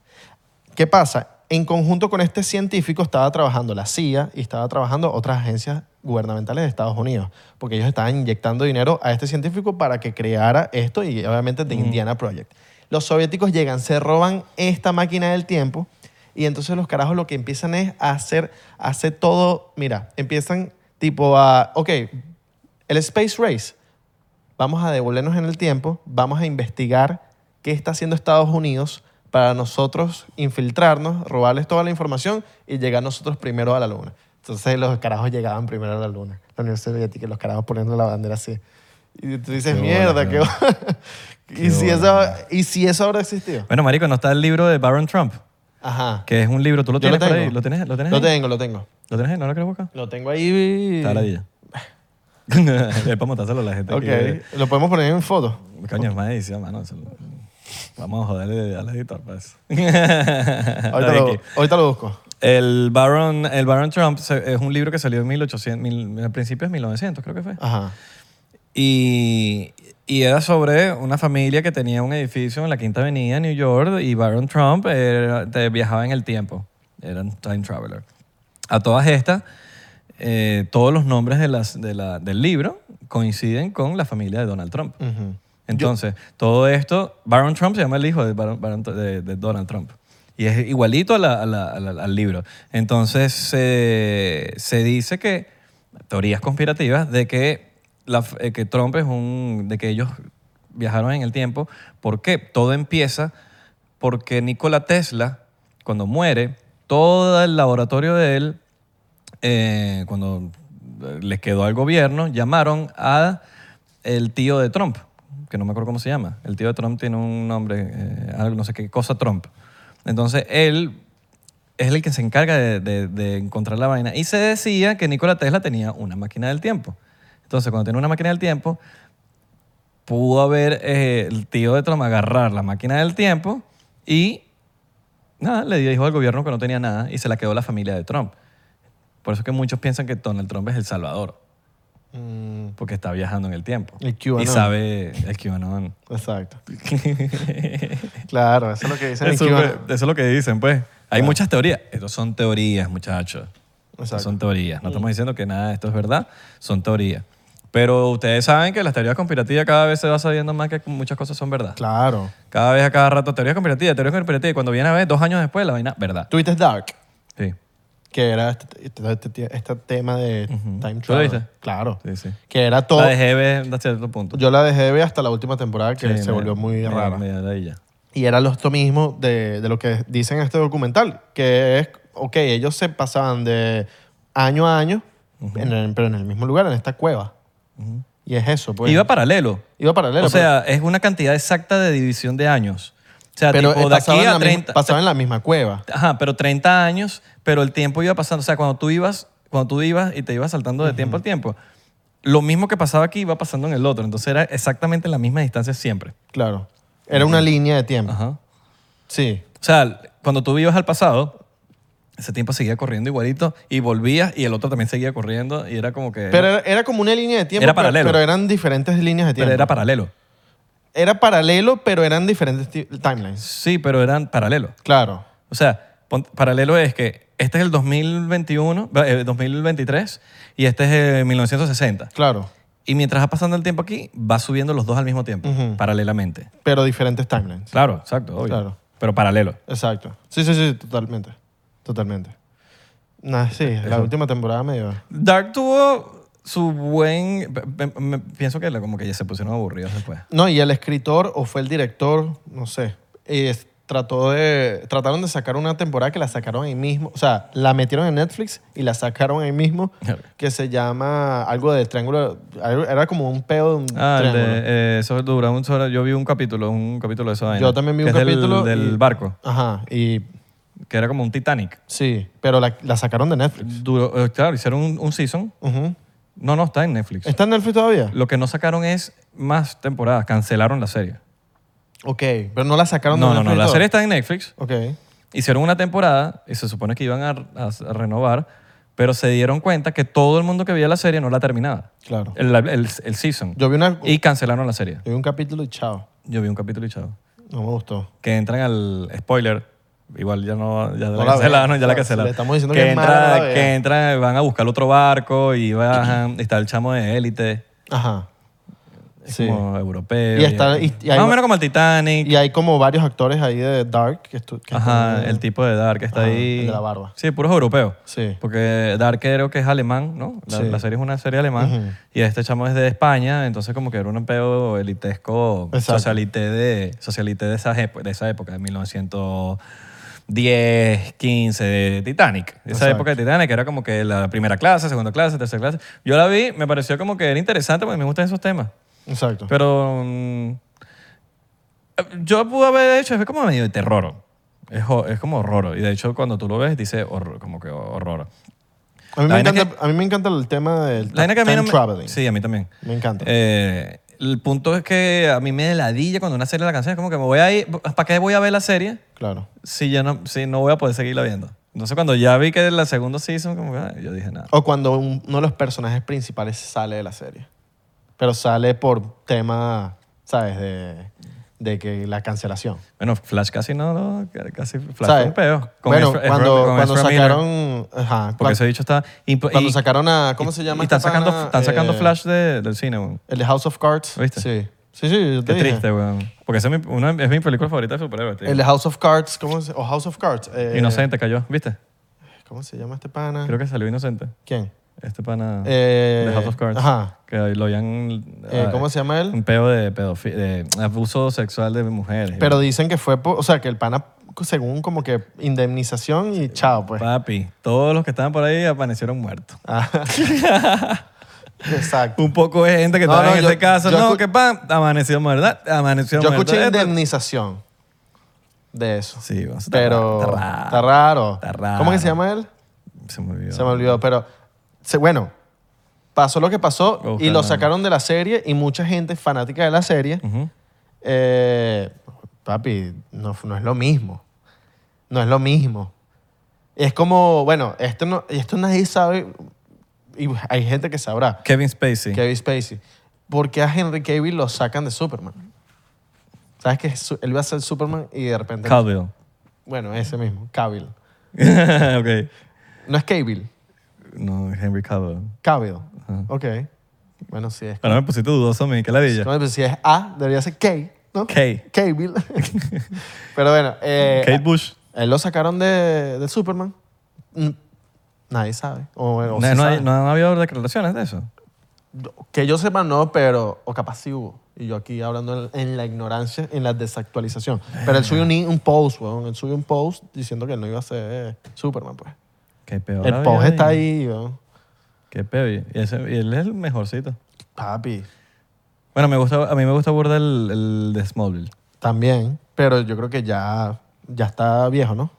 S1: ¿Qué pasa? En conjunto con este científico estaba trabajando la CIA y estaba trabajando otras agencias gubernamentales de Estados Unidos, porque ellos estaban inyectando dinero a este científico para que creara esto y obviamente The Indiana Project. Los soviéticos llegan, se roban esta máquina del tiempo y entonces los carajos lo que empiezan es a hacer, a hacer todo, mira, empiezan tipo a, ok, el Space Race, vamos a devolvernos en el tiempo, vamos a investigar qué está haciendo Estados Unidos para nosotros infiltrarnos, robarles toda la información y llegar nosotros primero a la luna. Entonces los carajos llegaban primero a la luna, la Unión Soviética, y los carajos poniendo la bandera así. Y tú dices,
S2: Qué bola,
S1: mierda, qué...
S2: ¿no?
S1: bola".
S2: [LAUGHS] Qué
S1: ¿Y, si eso, ¿Y si eso habrá existido?
S2: Bueno, marico, no está el libro de Barron Trump,
S1: Ajá.
S2: que es un libro, tú lo
S1: Yo
S2: tienes por
S1: tengo.
S2: ahí, lo tienes, lo tienes,
S1: Lo
S2: ahí?
S1: tengo, lo tengo.
S2: ¿Lo tienes ahí? ¿No lo quieres buscar?
S1: Lo tengo ahí.
S2: Está ladilla. [LAUGHS] es para montárselo a la gente.
S1: Ok,
S2: que-
S1: lo podemos poner en foto.
S2: Coño, es más edición, mano. eso lo- Vamos a joderle al editor pues. para [LAUGHS] eso.
S1: Ahorita,
S2: No,
S1: lo,
S2: Vicky.
S1: ahorita lo busco.
S2: El Baron, el Baron Trump se- es un libro que salió en 1800, mil, a principios de 1900, creo que fue.
S1: Ajá.
S2: Y, y era sobre una familia que tenía un edificio en la Quinta Avenida de New York y Baron Trump era- te- viajaba en el tiempo. Era un time traveler. A todas estas, eh, todos los nombres de las, de la- del libro coinciden con la familia de Donald Trump. Entonces, todo esto, Baron Trump se llama el hijo de, Baron- Baron- de- de Donald Trump. Y es igualito a la- a la- a la- al libro. Entonces, se- se dice que, teorías conspirativas, de que, la, f- eh, que Trump es un... de que ellos viajaron en el tiempo. ¿Por qué? Todo empieza porque Nikola Tesla, cuando muere, todo el laboratorio de él eh, cuando les quedó al gobierno, llamaron a el tío de Trump, que no me acuerdo cómo se llama. El tío de Trump tiene un nombre, eh, algo, no sé qué cosa Trump. Entonces él es el que se encarga de, de- de encontrar la vaina. Y se decía que Nikola Tesla tenía una máquina del tiempo. Entonces cuando tiene una máquina del tiempo, pudo haber eh, el tío de Trump agarrar la máquina del tiempo y nada, le dijo al gobierno que no tenía nada y se la quedó la familia de Trump. Por eso es que muchos piensan que Donald Trump es el salvador,
S1: Mm,
S2: porque está viajando en el tiempo.
S1: El QAnon.
S2: Y sabe el QAnon. [LAUGHS]
S1: exacto.
S2: eso,
S1: Claro, eso es lo que dicen. en
S2: fue-
S1: Cuba.
S2: eso es lo que dicen, pues. Hay muchas teorías. Estos son teorías, muchachos.
S1: Exacto. Mm.
S2: Son teorías. No estamos diciendo que nada de esto es verdad. Son teorías. Pero ustedes saben que las teorías conspirativas cada vez se va sabiendo más que muchas cosas son verdad.
S1: Claro.
S2: Cada vez, a cada rato, teorías conspirativas, teorías conspirativas. Y cuando viene a ver, dos años después, la vaina, verdad.
S1: Tweet is Dark,
S2: Sí.
S1: que era este, este- este- este tema de Time
S2: ¿Tú lo
S1: Travel.
S2: viste?
S1: claro.
S2: Sí, sí.
S1: Que era todo.
S2: La dejé ver hasta cierto punto.
S1: Yo la dejé de ver hasta la última temporada que
S2: Sí,
S1: se
S2: me-
S1: volvió muy
S2: me-
S1: rara.
S2: me da ladilla.
S1: Y era lo esto mismo de, de lo que dicen en este documental, que es, ok, ellos se pasaban de año a año, en el- pero en el mismo lugar, en esta cueva. Y es eso, pues.
S2: Iba paralelo.
S1: Iba paralelo.
S2: O sea, es una cantidad exacta de división de años. O sea,
S1: pero, pero,
S2: tipo,
S1: eh,
S2: de
S1: pasaba
S2: aquí
S1: en
S2: a
S1: la misma-
S2: 30.
S1: pasaba en la misma cueva.
S2: Ajá, pero 30 años, pero el tiempo iba pasando. O sea, cuando tú ibas, cuando tú ibas y te ibas saltando de tiempo al tiempo, lo mismo que pasaba aquí iba pasando en el otro. Entonces era exactamente la misma distancia siempre.
S1: Claro. Era una línea de tiempo.
S2: Ajá.
S1: Sí.
S2: O sea, cuando tú ibas al pasado, ese tiempo seguía corriendo igualito y volvías y el otro también seguía corriendo y era como que...
S1: Pero era, era como una línea de tiempo.
S2: Era
S1: pero-
S2: paralelo.
S1: Pero, eran diferentes líneas de tiempo.
S2: pero era paralelo.
S1: Era paralelo, pero eran diferentes ti- timelines.
S2: Sí, pero eran paralelos.
S1: Claro.
S2: O sea, pon- paralelo es que este es el 2021, eh, 2023 y este es eh, 1960.
S1: Claro.
S2: y mientras va pasando el tiempo aquí, va subiendo los dos al mismo tiempo, paralelamente.
S1: pero diferentes timelines.
S2: Claro, exacto, obvio.
S1: Claro.
S2: Pero paralelo.
S1: Exacto. Sí, sí, sí, totalmente. Totalmente. Nah, sí, la última temporada medio.
S2: Dark tuvo su buen... me- me- me- pienso que la- como que ya se pusieron aburridos después.
S1: No, y el escritor o fue el director, no sé, eh, trató de, trataron de sacar una temporada que la sacaron ahí mismo, o sea, la metieron en Netflix y la sacaron
S2: [LAUGHS]
S1: ahí mismo,
S2: Verga.
S1: que se llama algo de triángulo, algo- era como un pedo de un
S2: Ah, el
S1: triángulo.
S2: de, eh, eso dura un solo- Yo vi un capítulo, un capítulo de esa vaina.
S1: Yo también vi
S2: que
S1: un
S2: es del-
S1: capítulo
S2: Del,
S1: y-
S2: barco,
S1: Ajá, y
S2: que era como un Titanic.
S1: sí, pero la, la sacaron de Netflix.
S2: Duró- eh, claro, hicieron un, un season.
S1: Ujú.
S2: No, no, está en Netflix.
S1: ¿Está en Netflix todavía?
S2: Lo que no sacaron es más temporadas. Cancelaron la serie.
S1: Ok, pero no la sacaron
S2: No,
S1: de
S2: no, no.
S1: Netflix.
S2: La serie está
S1: todavía.
S2: en Netflix.
S1: Ok.
S2: Hicieron una temporada y se supone que iban a, a- a renovar, pero se dieron cuenta que todo el mundo que veía la serie no la terminaba.
S1: Claro.
S2: El, el- el season.
S1: Yo vi, una,
S2: Y cancelaron la serie.
S1: yo vi un capítulo y chao.
S2: Yo vi un capítulo y chao.
S1: No me gustó.
S2: que entran al spoiler igual ya no ya
S1: No
S2: la
S1: la
S2: cancelaron
S1: vean.
S2: ya la
S1: O sea,
S2: cancelaron
S1: le estamos diciendo que es mala,
S2: entra-
S1: no la vean.
S2: que entran van a buscar otro barco y bajan está el chamo de élite
S1: Ajá.
S2: es
S1: Sí.
S2: como europeo
S1: Y está- y- y hay-
S2: más o menos como el Titanic
S1: Y hay como varios actores ahí de Dark. Que estu- que
S2: ajá
S1: están-
S2: el tipo de Dark que está
S1: Ajá,
S2: ahí
S1: el de la barba.
S2: sí puros europeos
S1: Sí.
S2: porque Dark creo que es alemán ¿no? la,
S1: Sí.
S2: la serie es una serie alemán y este chamo es de España entonces como que era un europeo elitesco
S1: Exacto.
S2: socialité de socialité de esa, de esa época de 1910 15 de Titanic esa
S1: Exacto.
S2: época de Titanic era como que la primera clase segunda clase tercera clase yo la vi me pareció como que era interesante porque me gustan esos temas
S1: Exacto.
S2: pero mm, yo pude haber hecho, es como medio de terror. Es, ho- es como horror. Y de hecho, cuando tú lo ves, dice horror, como que horror.
S1: a,
S2: la
S1: mí me
S2: vaina
S1: encanta, a mí me encanta el tema del
S2: La vaina que a mí
S1: time
S2: no me-
S1: traveling.
S2: Sí, a mí también.
S1: Me encanta.
S2: Eh, el punto es que a mí me ladilla cuando una serie la cancela. Es como que me voy a ir, ¿para qué voy a ver la serie
S1: Claro.
S2: si ya no, si no voy a poder seguirla viendo? Entonces, cuando ya vi que la segunda season, como que ay, yo dije nada.
S1: O cuando un- uno de los personajes principales sale de la serie. Pero sale por tema, ¿sabes? De, de que la cancelación.
S2: Bueno, Flash casi no, lo- casi Flash fue
S1: ¿Sabes?
S2: un peo. Con
S1: bueno,
S2: Ezra- Ezra-
S1: cuando,
S2: con
S1: cuando
S2: Ezra Miller.
S1: sacaron... Ajá.
S2: Porque
S1: cuan-
S2: ese dicho está... y-
S1: cuando
S2: y-
S1: sacaron a... ¿Cómo
S2: y-
S1: se llama?
S2: Y están
S1: este
S2: sacando,
S1: pana?
S2: están sacando
S1: Eh,
S2: Flash de- del cine, weón.
S1: El de House of Cards.
S2: ¿Viste?
S1: Sí. Sí, sí, yo
S2: Qué
S1: te dije.
S2: triste, weón. Porque esa es mi, una- es mi película favorita de superhéroes, tío.
S1: El de House of Cards, ¿cómo se O House of Cards. eh,
S2: Inocente cayó, ¿viste?
S1: ¿Cómo se llama este pana?
S2: Creo que salió Inocente.
S1: ¿Quién?
S2: Este pana
S1: Eh,
S2: de House of Cards.
S1: ajá.
S2: Que lo habían...
S1: Eh,
S2: ah,
S1: ¿Cómo se llama él?
S2: Un peo de, pedofi- de abuso sexual de mujeres.
S1: Pero dicen que fue, por- o sea, que el pana, según como que indemnización y chao, pues.
S2: Papi, todos los que estaban por ahí aparecieron muertos.
S1: Ah.
S2: [LAUGHS]
S1: Exacto.
S2: Un poco de gente que
S1: No,
S2: estaba
S1: no,
S2: en
S1: yo-
S2: ese caso.
S1: yo
S2: No,
S1: escu-
S2: que pan, amaneció muerta. Amaneció
S1: Yo
S2: muerta.
S1: escuché
S2: Esto-
S1: indemnización de
S2: eh,
S1: eso.
S2: pues. Sí, weón, eso está
S1: Pero
S2: raro,
S1: está raro.
S2: Está raro.
S1: ¿Cómo que se llama él?
S2: Se me olvidó.
S1: Se me olvidó, pero se- bueno, pasó lo que pasó
S2: Voy a
S1: y
S2: buscar
S1: lo
S2: la-
S1: sacaron de la serie y mucha gente fanática de la serie.
S2: Ujú.
S1: eh, papi, no, f- no es lo mismo. No es lo mismo. Es como, bueno, esto, no, esto nadie sabe y hay gente que sabrá.
S2: Kevin Spacey.
S1: Kevin Spacey. ¿Por qué a Henry Cavill lo sacan de Superman? ¿Sabes que su- él iba a ser Superman y de repente...
S2: Calville.
S1: Bueno, ese mismo,
S2: [LAUGHS]
S1: Cavill.
S2: ok.
S1: No es Cavill,
S2: No, Henry Cavill.
S1: Cavill. Ok. Bueno, sí es.
S2: Ahora me pusiste dudoso, mi que la villa.
S1: Bueno, pues si es A, debería ser K, ¿no?
S2: K.
S1: Cavill. [LAUGHS] Pero bueno, eh,
S2: Kate Bush.
S1: a él lo sacaron de, de Superman. Mm, Nadie sabe. O, o
S2: No,
S1: sí
S2: no, hay-
S1: sabe.
S2: no han habido declaraciones de eso.
S1: Que yo sepa, no, pero. O capaz sí hubo. Y yo aquí hablando en, en la ignorancia, en la desactualización. Pero él subió un, un post, weón. Él subió un post diciendo que él no iba a ser Superman, pues.
S2: Qué peor.
S1: el post está ahí, weón.
S2: Qué peor. Y, ese- y él es el mejorcito.
S1: Papi.
S2: Bueno, me gusta, a mí me gusta burda el, el de Smallville.
S1: También. Pero yo creo que ya, ya está viejo, ¿no?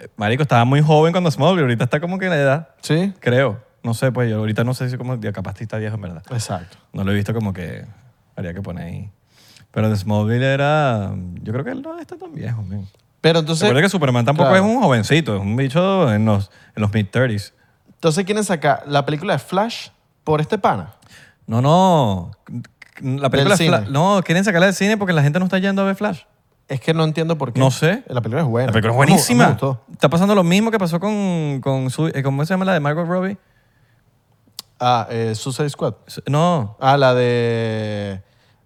S2: Eh, Marico, estaba muy joven cuando Smallville. Ahorita está como que en la edad,
S1: Sí.
S2: creo. No sé, pues yo ahorita no sé si como... ya Capaz sí está viejo, en verdad.
S1: Exacto.
S2: No lo he visto como que... Haría que poner ahí. Pero de Smallville era... Yo creo que él no está tan viejo, man.
S1: Pero entonces.
S2: Recuerda que Superman tampoco
S1: Claro.
S2: es un jovencito. Es un bicho en los, en los mid-30s.
S1: Entonces quieren sacar la película de Flash por este pana.
S2: No, no. La película es
S1: Del
S2: Fla-
S1: cine.
S2: No, quieren sacarla del cine porque la gente no está yendo a ver Flash.
S1: Es que no entiendo por qué.
S2: No sé.
S1: La película es buena.
S2: La película es
S1: A mí- a mí me
S2: buenísima.
S1: gustó.
S2: Está pasando lo mismo que pasó con, con su, eh, ¿cómo se llama la de Margot Robbie?
S1: Ah, eh, Suicide Squad.
S2: No,
S1: Ah, la de...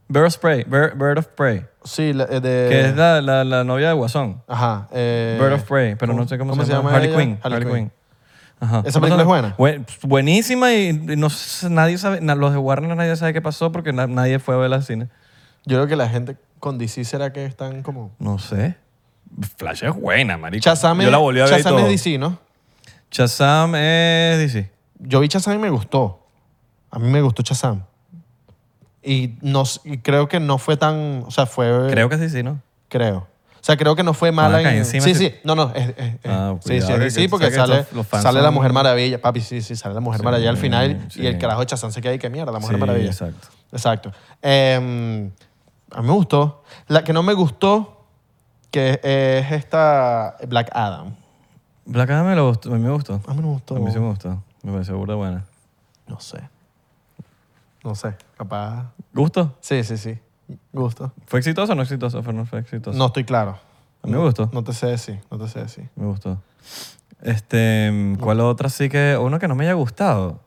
S2: Bird of Prey, Bird, Bird of Prey,
S1: Sí, la eh, de...
S2: que es la, la- la novia de Guasón.
S1: Ajá. eh,
S2: Bird of Prey, pero no sé cómo, se, llama. Harley
S1: ella?
S2: Quinn.
S1: Harley
S2: Harley
S1: Quinn.
S2: Quinn. Ajá.
S1: ¿Esa película es buena?
S2: Buen- buenísima y y no s- nadie sabe, na- los de Warner nadie sabe qué pasó porque na- nadie fue a verla al cine.
S1: Yo creo que la gente con DC será que están como...
S2: No sé. Flash es buena, marico.
S1: Chazam
S2: Yo
S1: es-
S2: la volví a ver y
S1: Shazam
S2: todo.
S1: es DC, ¿no?
S2: Shazam es DC.
S1: Yo vi Shazam y me gustó. A mí me gustó Shazam. Y, no, s- y creo que no fue tan... O sea, fue...
S2: Creo que es DC, ¿no?
S1: Creo. O sea, creo que no fue mala.
S2: Acá
S1: en-
S2: encima
S1: Sí,
S2: se-
S1: sí. No, no. es- es- es-
S2: Ah,
S1: sí, sí,
S2: cuidado,
S1: sí,
S2: que-
S1: sí,
S2: que
S1: porque
S2: tú sabes que
S1: sale,
S2: estos- los fans
S1: sale la
S2: son-
S1: Mujer Maravilla. Papi, sí, sí, sale la Mujer
S2: Sí,
S1: Maravilla al final
S2: sí.
S1: y el carajo de Chazán se queda y que mierda, la Mujer
S2: Sí,
S1: Maravilla.
S2: exacto.
S1: Exacto. Em, a mí me gustó. La que no me gustó, que es esta Black Adam.
S2: Black Adam me lo gustó- a mí me gustó.
S1: A mí no me gustó.
S2: A mí sí me gustó. Me pareció burda buena.
S1: No sé. No sé. Capaz.
S2: ¿Gusto?
S1: Sí, sí, sí. Gusto.
S2: ¿Fue exitoso o no exitoso? Fue, no fue exitoso.
S1: No estoy claro.
S2: A mí me gustó.
S1: No te sé decir. No te sé decir.
S2: Me gustó. Este, ¿cuál otra sí que uno que no me haya gustado?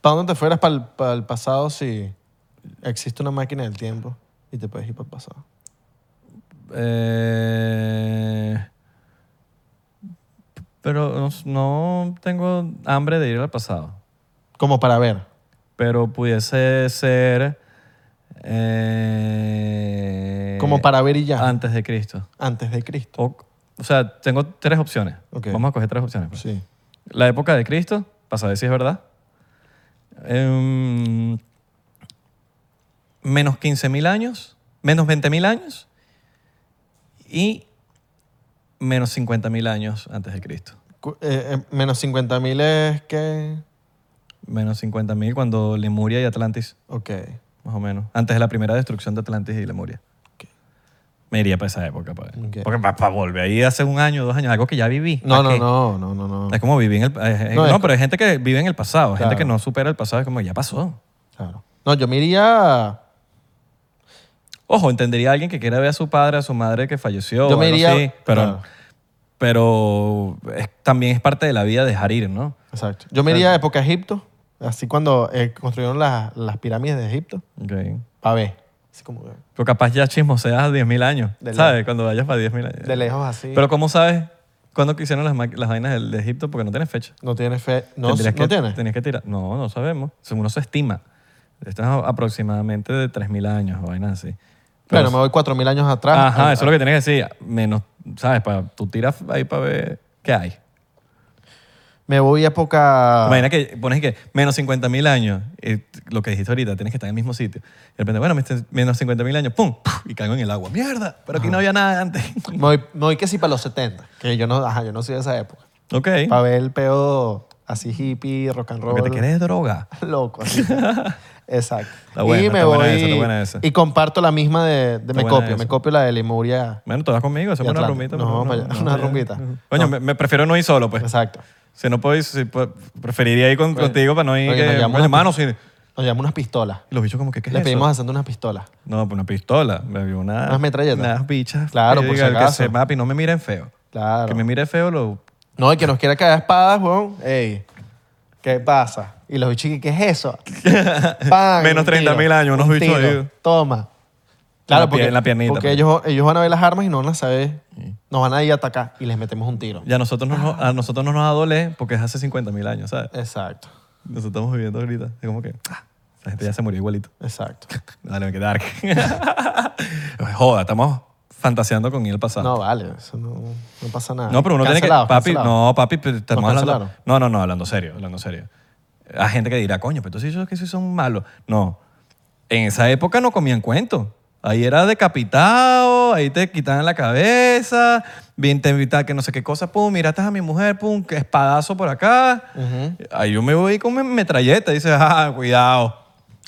S1: ¿Para dónde te fueras para el, pasado si existe una máquina del tiempo y te puedes ir para el pasado?
S2: Eh, pero no, s- no tengo hambre de ir al pasado.
S1: Como para ver.
S2: Pero pudiese ser eh,
S1: Como para ver y ya.
S2: antes de Cristo.
S1: antes de Cristo.
S2: O, o sea, tengo tres opciones.
S1: Ok.
S2: Vamos a coger tres opciones. pues.
S1: Sí.
S2: La época de Cristo, para saber si es verdad. Em, menos 15.000 años, menos 20.000 años y menos 50.000 años antes de Cristo.
S1: Cu- eh, eh, menos 50.000 es que...
S2: Menos 50.000 cuando Lemuria y Atlantis,
S1: Ok.
S2: más o menos. Antes de la primera destrucción de Atlantis y Lemuria.
S1: Ok.
S2: Me iría para esa época. pa' ver.
S1: Ok.
S2: Porque para volver ahí hace un año, dos años, algo que ya viví.
S1: No,
S2: ¿pa'
S1: no,
S2: qué?
S1: no, no, no, no.
S2: Es como vivir en el... eh, eh,
S1: No,
S2: no,
S1: es co-
S2: pero hay gente que vive en el pasado.
S1: Claro.
S2: Gente que no supera el pasado. Es como, ya pasó.
S1: Claro. No, yo me iría...
S2: Ojo, entendería a alguien que quiera ver a su padre, a su madre que falleció.
S1: Yo
S2: o
S1: me
S2: algo
S1: iría-
S2: así, pero
S1: claro.
S2: pero es- también es parte de la vida dejar ir, ¿no?
S1: Exacto. Yo me iría a época Egipto, así cuando eh, construyeron las, las pirámides de Egipto,
S2: Ok.
S1: para ver. Así como que
S2: Pero capaz ya chismoseas 10.000 años,
S1: De
S2: ¿sabes? Cuando vayas para 10.000 años.
S1: de lejos así.
S2: Pero ¿cómo sabes cuándo que hicieron las, ma- las vainas del- de, Egipto? Porque no tienes fecha.
S1: no tienes fe... No, no
S2: Tendrías que,
S1: tienes.
S2: Tenías que tirar. No, no sabemos. Según uno se estima. Esto es a- aproximadamente de 3.000 años, vainas así. Pero-
S1: Bueno, me voy 4.000 años atrás.
S2: Ajá,
S1: Ah,
S2: eso es lo que tienes que decir. Menos, ¿sabes? Pa- tú tiras ahí para ver qué hay.
S1: Me voy a época...
S2: Imagina que pones que menos 50.000 años, eh, lo que dijiste ahorita, tienes que estar en el mismo sitio. Y de repente, bueno, mister- menos 50.000 años, ¡pum! ¡puf! Y caigo en el agua. ¡Mierda! Pero
S1: Ah.
S2: aquí no había nada antes. [LAUGHS]
S1: Me voy, me voy que sí para los 70, que yo no, ajá, yo no soy de esa época.
S2: ok.
S1: Para ver el peo así hippie, rock and roll.
S2: Porque te quieres droga.
S1: [LAUGHS] Loco. así.
S2: [LAUGHS]
S1: Exacto.
S2: Está buena,
S1: y me
S2: está
S1: voy
S2: buena esa, está buena esa.
S1: y comparto la misma de, de me
S2: buena
S1: copio,
S2: esa.
S1: me copio la de Lemuria.
S2: Bueno, tú vas conmigo, hacemos
S1: Y
S2: una
S1: Atlanta.
S2: rumbita.
S1: No,
S2: pero
S1: vaya, una
S2: ya.
S1: rumbita.
S2: Coño, me, me prefiero no ir solo, pues.
S1: Exacto. Pues,
S2: Si no puedo ir, si puedo- preferiría ir con- contigo para no ir.
S1: Oye,
S2: que-
S1: nos llevamos
S2: Oye,
S1: una-
S2: mano, sí.
S1: Nos llevamos unas pistolas.
S2: Y los bichos como que, ¿qué es
S1: Le
S2: eso?
S1: pedimos a Santo unas pistolas.
S2: No, pues una pistola. Me vio una,
S1: Unas metralletas.
S2: Unas bichas.
S1: Claro,
S2: que
S1: por
S2: diga,
S1: si
S2: "El
S1: acaso".
S2: Que se papi, no me miren feo.
S1: Claro.
S2: Que me mire feo, lo.
S1: No, y que nos quiera caer a espadas, weón. Ey, ¿qué pasa? Y los bichos, ¿qué es eso?
S2: [LAUGHS]
S1: Pan,
S2: Menos
S1: un tiro,
S2: 30.000 años, unos
S1: un
S2: bichos
S1: tiro.
S2: ahí.
S1: Toma.
S2: En la pier- en la piernita,
S1: Porque
S2: pues.
S1: ellos, ellos van a ver las armas y no van a saber. Nos van a ir a atacar y les metemos un tiro.
S2: Y a nosotros, no
S1: Ah.
S2: nos- a nosotros no nos va a doler porque es hace 50 mil años, ¿sabes?
S1: Exacto,
S2: Nosotros estamos viviendo ahorita. Es como que. ah, la gente ya se murió igualito. [LAUGHS]
S1: exacto.
S2: Dale, me quedé dark. Joda, estamos fantaseando con ir al pasado.
S1: No, vale, eso no, no pasa nada.
S2: No, pero uno tiene que.
S1: Cancelados,
S2: Papi,
S1: cancelados.
S2: no, papi, pero estamos
S1: Nos
S2: hablando.
S1: cancelaron.
S2: No, no, no, hablando serio, hablando serio. Hay gente que dirá, coño, pero entonces esos que sí son malos. No. En esa época no comían cuentos. Ahí era decapitado, ahí te quitaban la cabeza, bien te invitaban que no sé qué cosa, pum, miraste a mi mujer, pum, que espadazo por acá. Ahí yo me voy con mi metralleta y dices, ah, cuidado.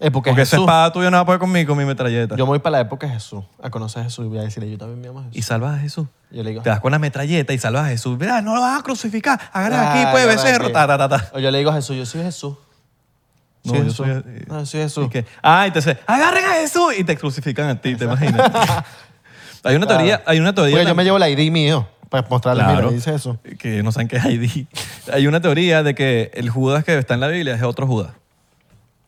S1: Época
S2: Porque
S1: de
S2: esa
S1: Jesús.
S2: espada tuya no va a poder conmigo con mi metralleta.
S1: Yo me voy para la época de Jesús, a conocer a Jesús y voy a decirle, yo también me amo a Jesús.
S2: y salvas a Jesús.
S1: Yo le digo-
S2: Te das con la metralleta y salvas a Jesús. Verá, no lo vas a crucificar. Agarra
S1: Ah,
S2: aquí, pues,
S1: agarra
S2: becerro.
S1: aquí.
S2: Ta, ta, ta, ta.
S1: O yo le digo a Jesús, yo soy Jesús.
S2: No,
S1: Soy
S2: yo
S1: Jesús.
S2: soy-
S1: No, yo soy Jesús.
S2: Y que, ah, entonces, agarren a Jesús y te crucifican a ti, ¿te imaginas?
S1: [LAUGHS]
S2: hay una teoría, hay una teoría.
S1: Oye, yo
S2: tam-
S1: me llevo la ID mío para mostrarle,
S2: Claro,
S1: mira, dice eso.
S2: [LAUGHS] Que no saben qué es ID. hay una teoría de que el Judas que está en la Biblia es otro Judas.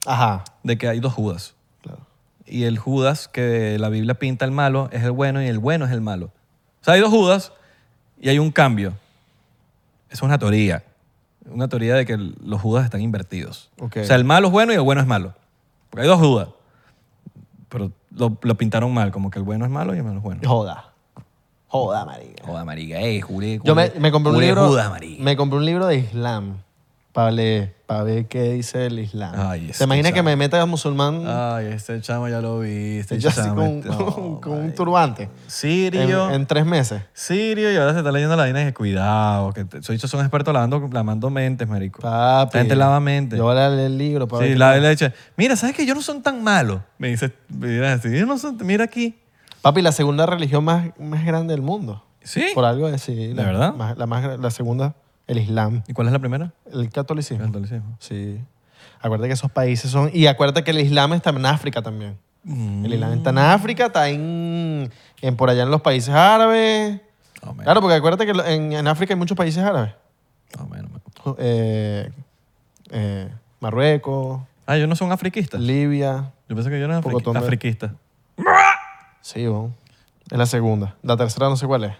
S1: Ajá.
S2: de que hay dos Judas.
S1: Claro.
S2: Y el Judas que la Biblia pinta el malo es el bueno y el bueno es el malo. O sea, hay dos Judas y hay un cambio. Es una teoría. Una teoría de que el- los Judas están invertidos.
S1: Ok.
S2: O sea, el malo es bueno y el bueno es malo. Porque hay dos Judas. Pero lo, lo pintaron mal, como que el bueno es malo y el malo es bueno.
S1: Joda. Joda, marica.
S2: Joda, marica. Ey, juré,
S1: Yo me,
S2: juré-
S1: me compré un
S2: juré
S1: libro.
S2: Judas, marica.
S1: me compré un libro de Islam. Para leer, para ver qué dice el Islam.
S2: Ay,
S1: ¿Te
S2: este
S1: imaginas que
S2: chamo.
S1: me meta musulmán
S2: Ay, este chamo ya lo viste.
S1: yo así
S2: chamo,
S1: con, [LAUGHS]
S2: este- no,
S1: con un
S2: marica.
S1: turbante? En,
S2: Sirio.
S1: en tres meses.
S2: Sirio y ahora se está leyendo la vaina y dice, cuidado, que te- soy- son expertos lavando, lavando mentes, marico.
S1: Papi.
S2: La gente lava mentes.
S1: Yo voy a leer el libro para
S2: sí,
S1: ver.
S2: la la leche. Mira, ¿sabes que ellos no son tan malos? Me dice, mira, así, ellos no son- mira aquí.
S1: Papi, la segunda religión más, más grande del mundo.
S2: Sí.
S1: Por algo así. La,
S2: verdad?
S1: más- la, más gra- la segunda, el Islam.
S2: ¿Y cuál es la primera?
S1: El catolicismo.
S2: El catolicismo.
S1: Sí. Acuérdate que esos países son... Y acuérdate que el Islam está en África también. El Islam está
S2: Mm.
S1: en África, está en, en por allá en los países árabes.
S2: No, man,
S1: Claro, porque acuérdate que lo- en, en África hay muchos países árabes.
S2: no, man, no, man.
S1: Eh, eh, Marruecos,
S2: Ah, ellos no son afriquistas.
S1: Libia.
S2: Yo pensé que ellos eran
S1: Poco
S2: afriqui-
S1: tonto.
S2: afriquistas.
S1: Sí, bon. es la segunda. La tercera no sé cuál es.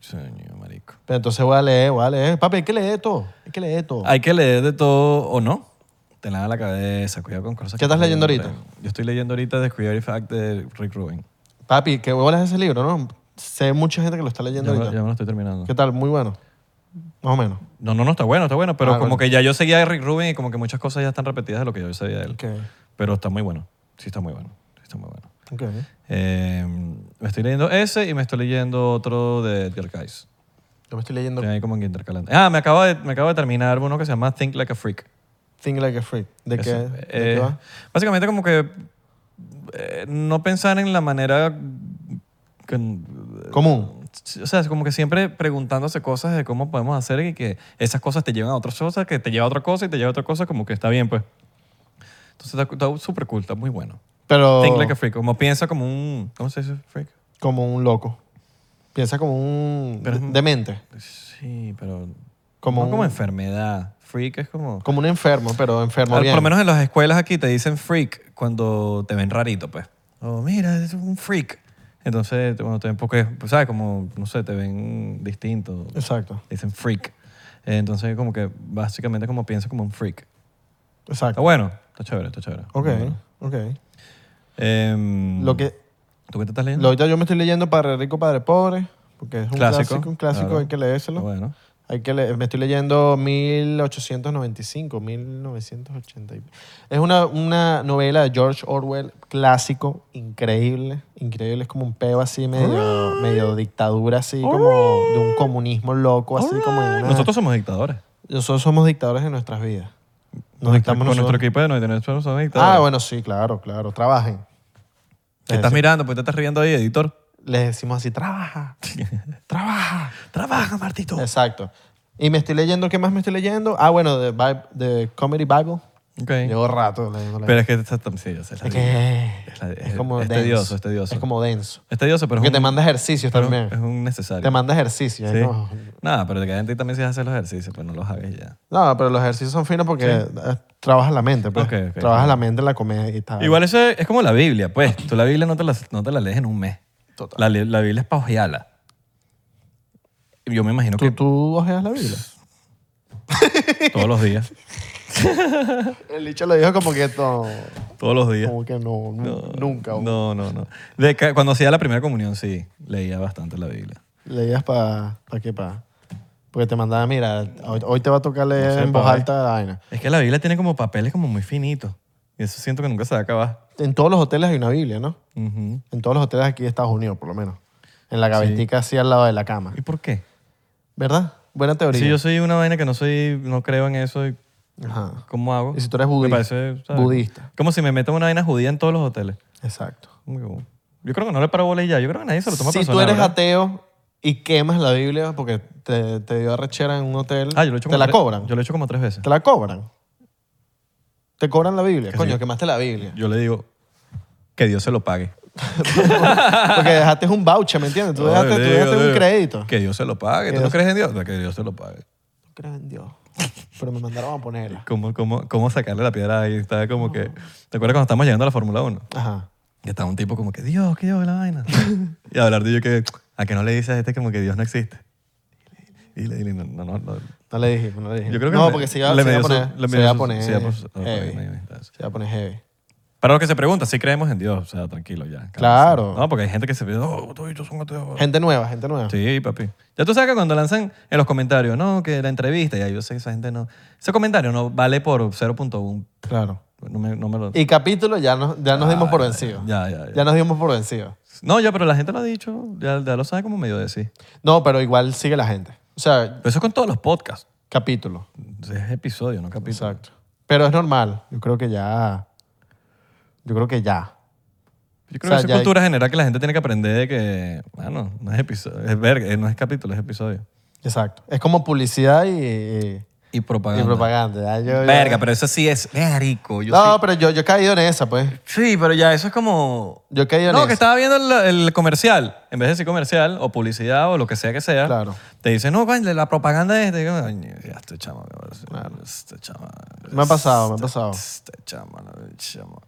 S2: Señor, marico.
S1: Pero entonces voy a leer, voy a leer. Papi, hay que leer todo. Hay que leer todo.
S2: Hay que leer de todo o no. Te lava la cabeza, cuidado con cosas.
S1: ¿Qué estás
S2: no
S1: leyendo ahorita?
S2: ocurren. Yo estoy leyendo ahorita Discovery Fact de Rick Rubin.
S1: Papi, qué bolas es ese libro, ¿no? Sé mucha gente que lo está
S2: Ya
S1: leyendo
S2: me, lo-
S1: ahorita.
S2: ya me lo estoy terminando.
S1: ¿Qué tal? Muy bueno. Más o menos.
S2: No, no, no, está bueno, está bueno, pero
S1: Ah,
S2: como
S1: bueno.
S2: que ya yo seguía a Rick Rubin y como que muchas cosas ya están repetidas de lo que yo sabía de él.
S1: Ok.
S2: Pero está muy bueno, sí está muy bueno, sí está muy bueno.
S1: Ok.
S2: Eh, me estoy leyendo ese y me estoy leyendo otro de Edgar Guys.
S1: Yo me estoy leyendo
S2: Estoy ahí como que intercalando. Ah, me acabo, de, me acabo de terminar uno que se llama Think Like a Freak.
S1: Think Like a Freak. ¿De qué,
S2: Ese,
S1: de qué
S2: eh,
S1: va?
S2: Básicamente como que eh, no pensar en la manera... Que,
S1: Común.
S2: o sea, es como que siempre preguntándose cosas de cómo podemos hacer y que esas cosas te lleven a otras cosas, que te lleva a otra cosa y te lleva a otra cosa, como que está bien, pues. Entonces está, está súper cool, está muy bueno.
S1: Pero
S2: Think like a freak, como piensa como un... ¿Cómo se dice freak?
S1: como un loco. Piensa como un
S2: Pero es
S1: de-
S2: un-
S1: demente.
S2: Sí, pero...
S1: Como
S2: Como,
S1: un-
S2: como enfermedad. Freak es como...
S1: Como un enfermo, pero enfermo
S2: Al-
S1: bien.
S2: por lo menos en las escuelas aquí te dicen freak cuando te ven rarito, pues. Oh, mira, es un freak. Entonces, cuando te ven, porque, pues, ¿sabes? Como, no sé, te ven distinto.
S1: Exacto.
S2: Dicen freak. Eh, Entonces, como que básicamente como piensa como un freak. Está
S1: Exacto.
S2: bueno, está chévere, está chévere.
S1: Ok,
S2: Ah, Bueno.
S1: ok.
S2: Em,
S1: Lo que,
S2: ¿Tú qué te estás
S1: lo,
S2: leyendo?
S1: ahorita yo me estoy leyendo Padre Rico, Padre Pobre, porque es un clásico, un clásico,
S2: claro.
S1: hay que leérselo.
S2: Está Bueno.
S1: Hay que leer- me estoy leyendo 1895, 1980. y- Es una, una novela de George Orwell, clásico, increíble. Increíble, es como un peo así, medio, medio dictadura, así como de un comunismo loco, así como en una-
S2: Nosotros somos dictadores.
S1: Nosotros somos dictadores de nuestras vidas. Nos
S2: Nuestro-
S1: dictamos
S2: con nuestro
S1: nosotros.
S2: equipo de nosotros somos dictadores.
S1: Ah, bueno, sí, claro, claro. Trabajen.
S2: ¿Qué estás
S1: Sí.
S2: mirando? Pues te estás riendo ahí, editor.
S1: [LAUGHS] Les decimos así, trabaja, trabaja.
S2: Trabaja, Martito.
S1: Exacto. Y me estoy leyendo, ¿qué más me estoy leyendo? Ah, bueno, de Bi- de Comedy Bible.
S2: Ok.
S1: Llevo rato leyendo la-
S2: Pero es que está tan sí, yo sé, la vida.
S1: Es que
S2: Es la-
S1: es,
S2: es-
S1: como
S2: es
S1: denso.
S2: tedioso, es tedioso.
S1: como denso.
S2: Es tedioso, Este pero es
S1: Porque
S2: un,
S1: te manda ejercicios
S2: pero
S1: también.
S2: es un necesario.
S1: Te manda ejercicios.
S2: Sí.
S1: ¿no?
S2: Nada, pero que la gente también se hace los ejercicios, pues no los hagas y ya.
S1: No, pero los ejercicios son finos porque eh, trabajas la mente. Pues.
S2: Ok, ok,
S1: trabajas
S2: claro.
S1: la mente, la comedia y tal.
S2: Igual eso es, es como la Biblia, pues. Tú la Biblia no te la, no te la lees en un mes.
S1: Total.
S2: La, li- la Biblia es para ojearla. Yo me imagino
S1: ¿Tú, tú ojeas la Biblia?
S2: que todos los días.
S1: [LAUGHS] El dicho lo dijo como que no,
S2: Todos los días.
S1: como que no, nu- nunca.
S2: No, no, no. De ca- cuando hacía la primera comunión, sí, leía bastante la Biblia.
S1: Leías para pa qué, pa porque te mandaba, mira, hoy, hoy te va a tocar leer
S2: No sé,
S1: en voz
S2: pa' ver.
S1: alta la vaina.
S2: Es que la Biblia tiene como papeles como muy finitos. Y eso siento que nunca se va a acabar.
S1: En todos los hoteles hay una Biblia, ¿no?
S2: Ujú.
S1: En todos los hoteles aquí de Estados Unidos, por lo menos. En la gavetica así al lado de la cama.
S2: ¿Y por qué?
S1: ¿Verdad? Buena teoría.
S2: Sí, yo soy una vaina que no soy, no creo en eso. Y
S1: Ajá.
S2: ¿Cómo hago?
S1: Y si tú eres budista.
S2: Me parece, ¿sabes?
S1: Budista.
S2: Como si me metan una vaina judía en todos los hoteles.
S1: Exacto.
S2: Como que, Yo creo que no le paro bola y ya. Yo creo que nadie se lo toma
S1: Si tú
S2: personal,
S1: eres
S2: ¿verdad?
S1: ateo y quemas la Biblia porque te, te dio arrechera en un hotel,
S2: Ah, yo lo he hecho
S1: te
S2: como
S1: la
S2: tres-
S1: cobran.
S2: Yo lo he hecho como tres veces.
S1: Te la cobran. Te cobran la Biblia. Coño,
S2: sí.
S1: quemaste la
S2: [LAUGHS]
S1: Biblia.
S2: Yo le digo que Dios se lo pague.
S1: Porque dejaste un voucher, ¿me entiendes? Tú dejaste,
S2: Ay,
S1: tú
S2: le digo,
S1: dejaste
S2: le
S1: un
S2: digo,
S1: crédito.
S2: Que Dios se lo pague.
S1: Que
S2: ¿Tú no
S1: Dios-
S2: crees en Dios? No, Que Dios se lo pague.
S1: No creo en Dios. pero me mandaron a ponerla.
S2: ¿Cómo, cómo, cómo sacarle la piedra ahí? Estaba como que... ¿Te acuerdas cuando estábamos llegando a la Fórmula 1?
S1: Ajá.
S2: Y estaba un tipo como que, Dios, que Dios, la vaina. y hablar de yo que, ¿a que no le dices a este como que Dios no existe? Y le dile, no, no, no, no.
S1: No le dije, no le dije.
S2: Yo creo que
S1: no,
S2: me-
S1: porque se iba,
S2: le
S1: se iba
S2: medio
S1: a
S2: su-
S1: poner,
S2: le
S1: se
S2: medio
S1: iba a
S2: su-
S1: poner
S2: se iba a- ok,
S1: heavy.
S2: ahí está.
S1: Se iba a poner heavy.
S2: Para los que se preguntan, sí creemos en Dios, o sea, tranquilo ya. calma.
S1: Claro.
S2: No, porque hay gente que se piensa, oh, todos estos son ateos.
S1: Gente nueva, gente nueva.
S2: Sí, papi. Ya tú sabes que cuando lanzan en los comentarios, no, que la entrevista, ya yo sé que esa gente no. Ese comentario no vale por 0.1.
S1: Claro.
S2: No me, no me lo.
S1: Y capítulo ya nos, ya nos dimos por vencidos.
S2: Ah, ya, ya, ya.
S1: Ya nos dimos por vencidos.
S2: No, ya, pero la gente lo ha dicho, ya, ya lo sabe como medio decir.
S1: No, pero igual sigue la gente. O sea,
S2: Pero eso es con todos los podcasts.
S1: capítulo.
S2: Es episodio, no capítulo.
S1: Exacto. Pero es normal. Yo creo que ya. Yo creo que ya.
S2: Yo creo
S1: O sea,
S2: que
S1: ya
S2: es
S1: hay-
S2: cultura general que la gente tiene que aprender de que, bueno, no es episodio, es verga, eh, no es capítulo, es episodio.
S1: Exacto. Es como publicidad y, y-
S2: Y
S1: y
S2: propaganda.
S1: propaganda. Ya yo- ya-
S2: Verga, pero eso sí es, es rico. Yo
S1: No, pero yo, yo he caído en esa, pues.
S2: sí. sí, pero ya eso es como...
S1: Yo he caído en
S2: No,
S1: esa.
S2: que estaba viendo el, el comercial. En vez de decir comercial o publicidad o lo que sea que sea,
S1: Claro.
S2: te dicen, no, coño, la propaganda es de... Ay, Ya, este chamo. Este chamo.
S1: Me ha pasado, me ha pasado.
S2: Este chamo, no, el chamo.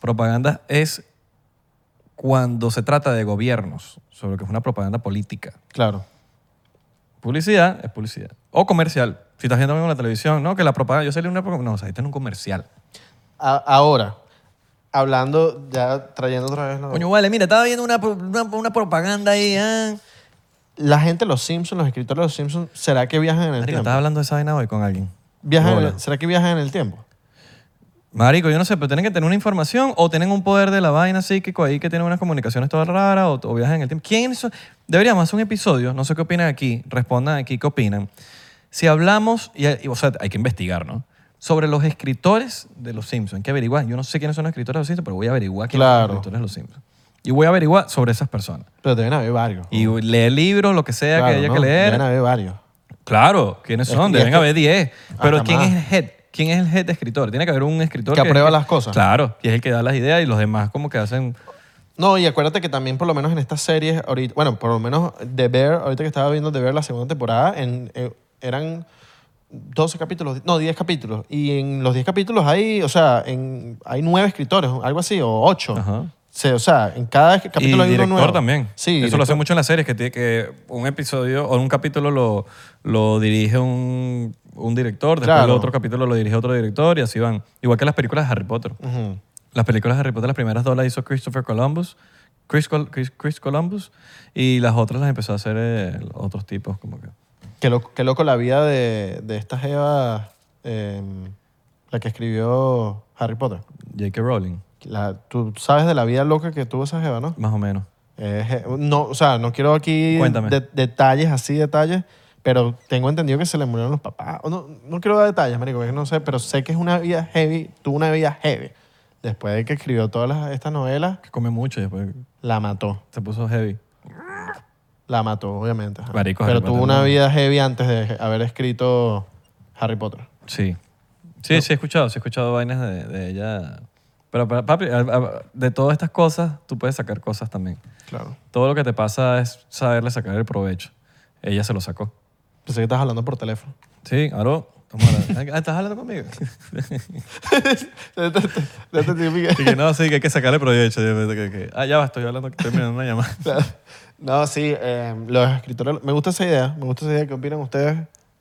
S2: Propaganda es cuando se trata de gobiernos, sobre lo que es una propaganda política.
S1: Claro.
S2: Publicidad es publicidad. O comercial. Si estás viendo algo en la televisión, no, que la propaganda, yo salí en una propaganda. No, o sea, está en un comercial.
S1: A- ahora, hablando, ya trayendo otra vez. la-
S2: Coño, vale, mira, estaba viendo una, pro- una, una propaganda ahí. ah.
S1: La gente de los Simpsons, los escritores de los Simpsons, ¿será que viajan en el
S2: Marico,
S1: tiempo?
S2: estaba hablando de esa vaina hoy con alguien.
S1: Viajan en el-
S2: Hola.
S1: ¿Será que viajan en el tiempo?
S2: Marico, yo no sé, pero tienen que tener una información o tienen un poder de la vaina psíquico ahí que tienen unas comunicaciones todas raras o, o viajan en el tiempo. ¿Quién son? Deberíamos hacer un episodio, no sé qué opinan aquí, respondan aquí qué opinan. Si hablamos, y, y, o sea, hay que investigar, ¿no? Sobre los escritores de Los Simpsons, hay que averiguar. Yo no sé quiénes son los escritores de Los Simpsons, pero voy a averiguar quiénes son
S1: Claro.
S2: los escritores de Los Simpsons. Y voy a averiguar sobre esas personas.
S1: Pero deben haber varios.
S2: Y leer libros, lo que sea
S1: Claro,
S2: que haya
S1: ¿no?
S2: que leer.
S1: Deben haber varios.
S2: Claro, ¿quiénes
S1: Es-
S2: son?
S1: y
S2: Deben
S1: es que-
S2: haber 10. Pero
S1: Ajá,
S2: ¿quién
S1: más.
S2: es el head? ¿Quién es el head de escritor? Tiene que haber un escritor
S1: Que
S2: es
S1: aprueba
S2: el
S1: las cosas.
S2: Claro, y es el que da las ideas y los demás como que hacen...
S1: No, y acuérdate que también por lo menos en estas series ahorita, bueno, por lo menos The Bear, ahorita que estaba viendo The Bear la segunda temporada, en, eh, eran 12 capítulos, no, 10 capítulos. Y en los 10 capítulos hay, o sea, en, hay 9 escritores, algo así, o 8.
S2: Ajá.
S1: o sea, en cada esc-
S2: Y
S1: capítulo hay
S2: director
S1: uno nuevo.
S2: también.
S1: Sí,
S2: Eso lo
S1: director.
S2: hace mucho en las series, que, tiene que un episodio o un capítulo lo, lo dirige un, un director, después
S1: Claro.
S2: el otro capítulo lo dirige otro director y así van. Igual que las películas de Harry Potter.
S1: Ujú.
S2: Las películas de Harry Potter, las primeras dos las hizo Christopher Columbus, Chris, Col- Chris, Chris Columbus, y las otras las empezó a hacer eh, otros tipos como que...
S1: Qué, lo- qué loco la vida de, de esta jeva, eh, la que escribió Harry Potter.
S2: J.K. Rowling,
S1: La- tú sabes de la vida loca que tuvo esa jeva, ¿no?
S2: más o menos.
S1: Es, eh, no, o sea, no quiero aquí
S2: Cuéntame.
S1: de- detalles así, detalles, pero tengo entendido que se le murieron los papás. O No, no quiero dar detalles, marico, porque no sé, pero sé que es una vida heavy, tuvo una vida heavy. Después de que escribió todas las- estas novelas,
S2: que come mucho y después
S1: la mató.
S2: se puso heavy.
S1: La mató, obviamente. ajá.
S2: Marico,
S1: pero
S2: Harry
S1: tuvo
S2: Potter,
S1: una
S2: no.
S1: vida heavy antes de haber escrito Harry Potter.
S2: Sí. Sí, sí, he escuchado, sí, he escuchado vainas de, de ella. Pero, pa- papi, a- a- de todas estas cosas, tú puedes sacar cosas también.
S1: Claro.
S2: Todo lo que te pasa es saberle sacar el provecho. Ella se lo sacó.
S1: Pensé que estás hablando por teléfono. [LAUGHS]
S2: Sí, aló. Vamos a hablar. Ah, ¿Estás hablando conmigo?
S1: No te típica.
S2: Y que no, [LAUGHS] sí, que hay que sacarle provecho. Y yo, que- que- Ah, ya va, estoy hablando, estoy mirando una llamada.
S1: [LAUGHS] No, sí, eh, los escritores. Me gusta esa idea, me gusta esa idea. ¿Qué opinan ustedes?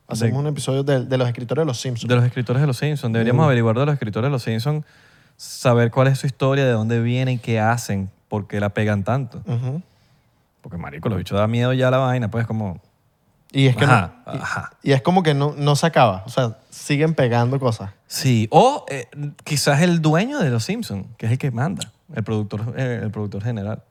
S1: Hacemos
S2: De-
S1: un episodio de, de los escritores de los Simpsons.
S2: De los escritores de los Simpsons. Deberíamos
S1: Mm.
S2: averiguar de los escritores de los Simpsons, saber cuál es su historia, de dónde vienen, qué hacen, por qué la pegan tanto.
S1: Ujú.
S2: Porque, marico, los bichos da miedo ya la vaina, pues como...
S1: Y es que
S2: ajá,
S1: no- y-
S2: ajá.
S1: y es como que no, no se acaba. O sea, siguen pegando cosas.
S2: Sí, o eh, quizás el dueño de Los Simpsons, que es el que manda, el productor, eh, el productor general.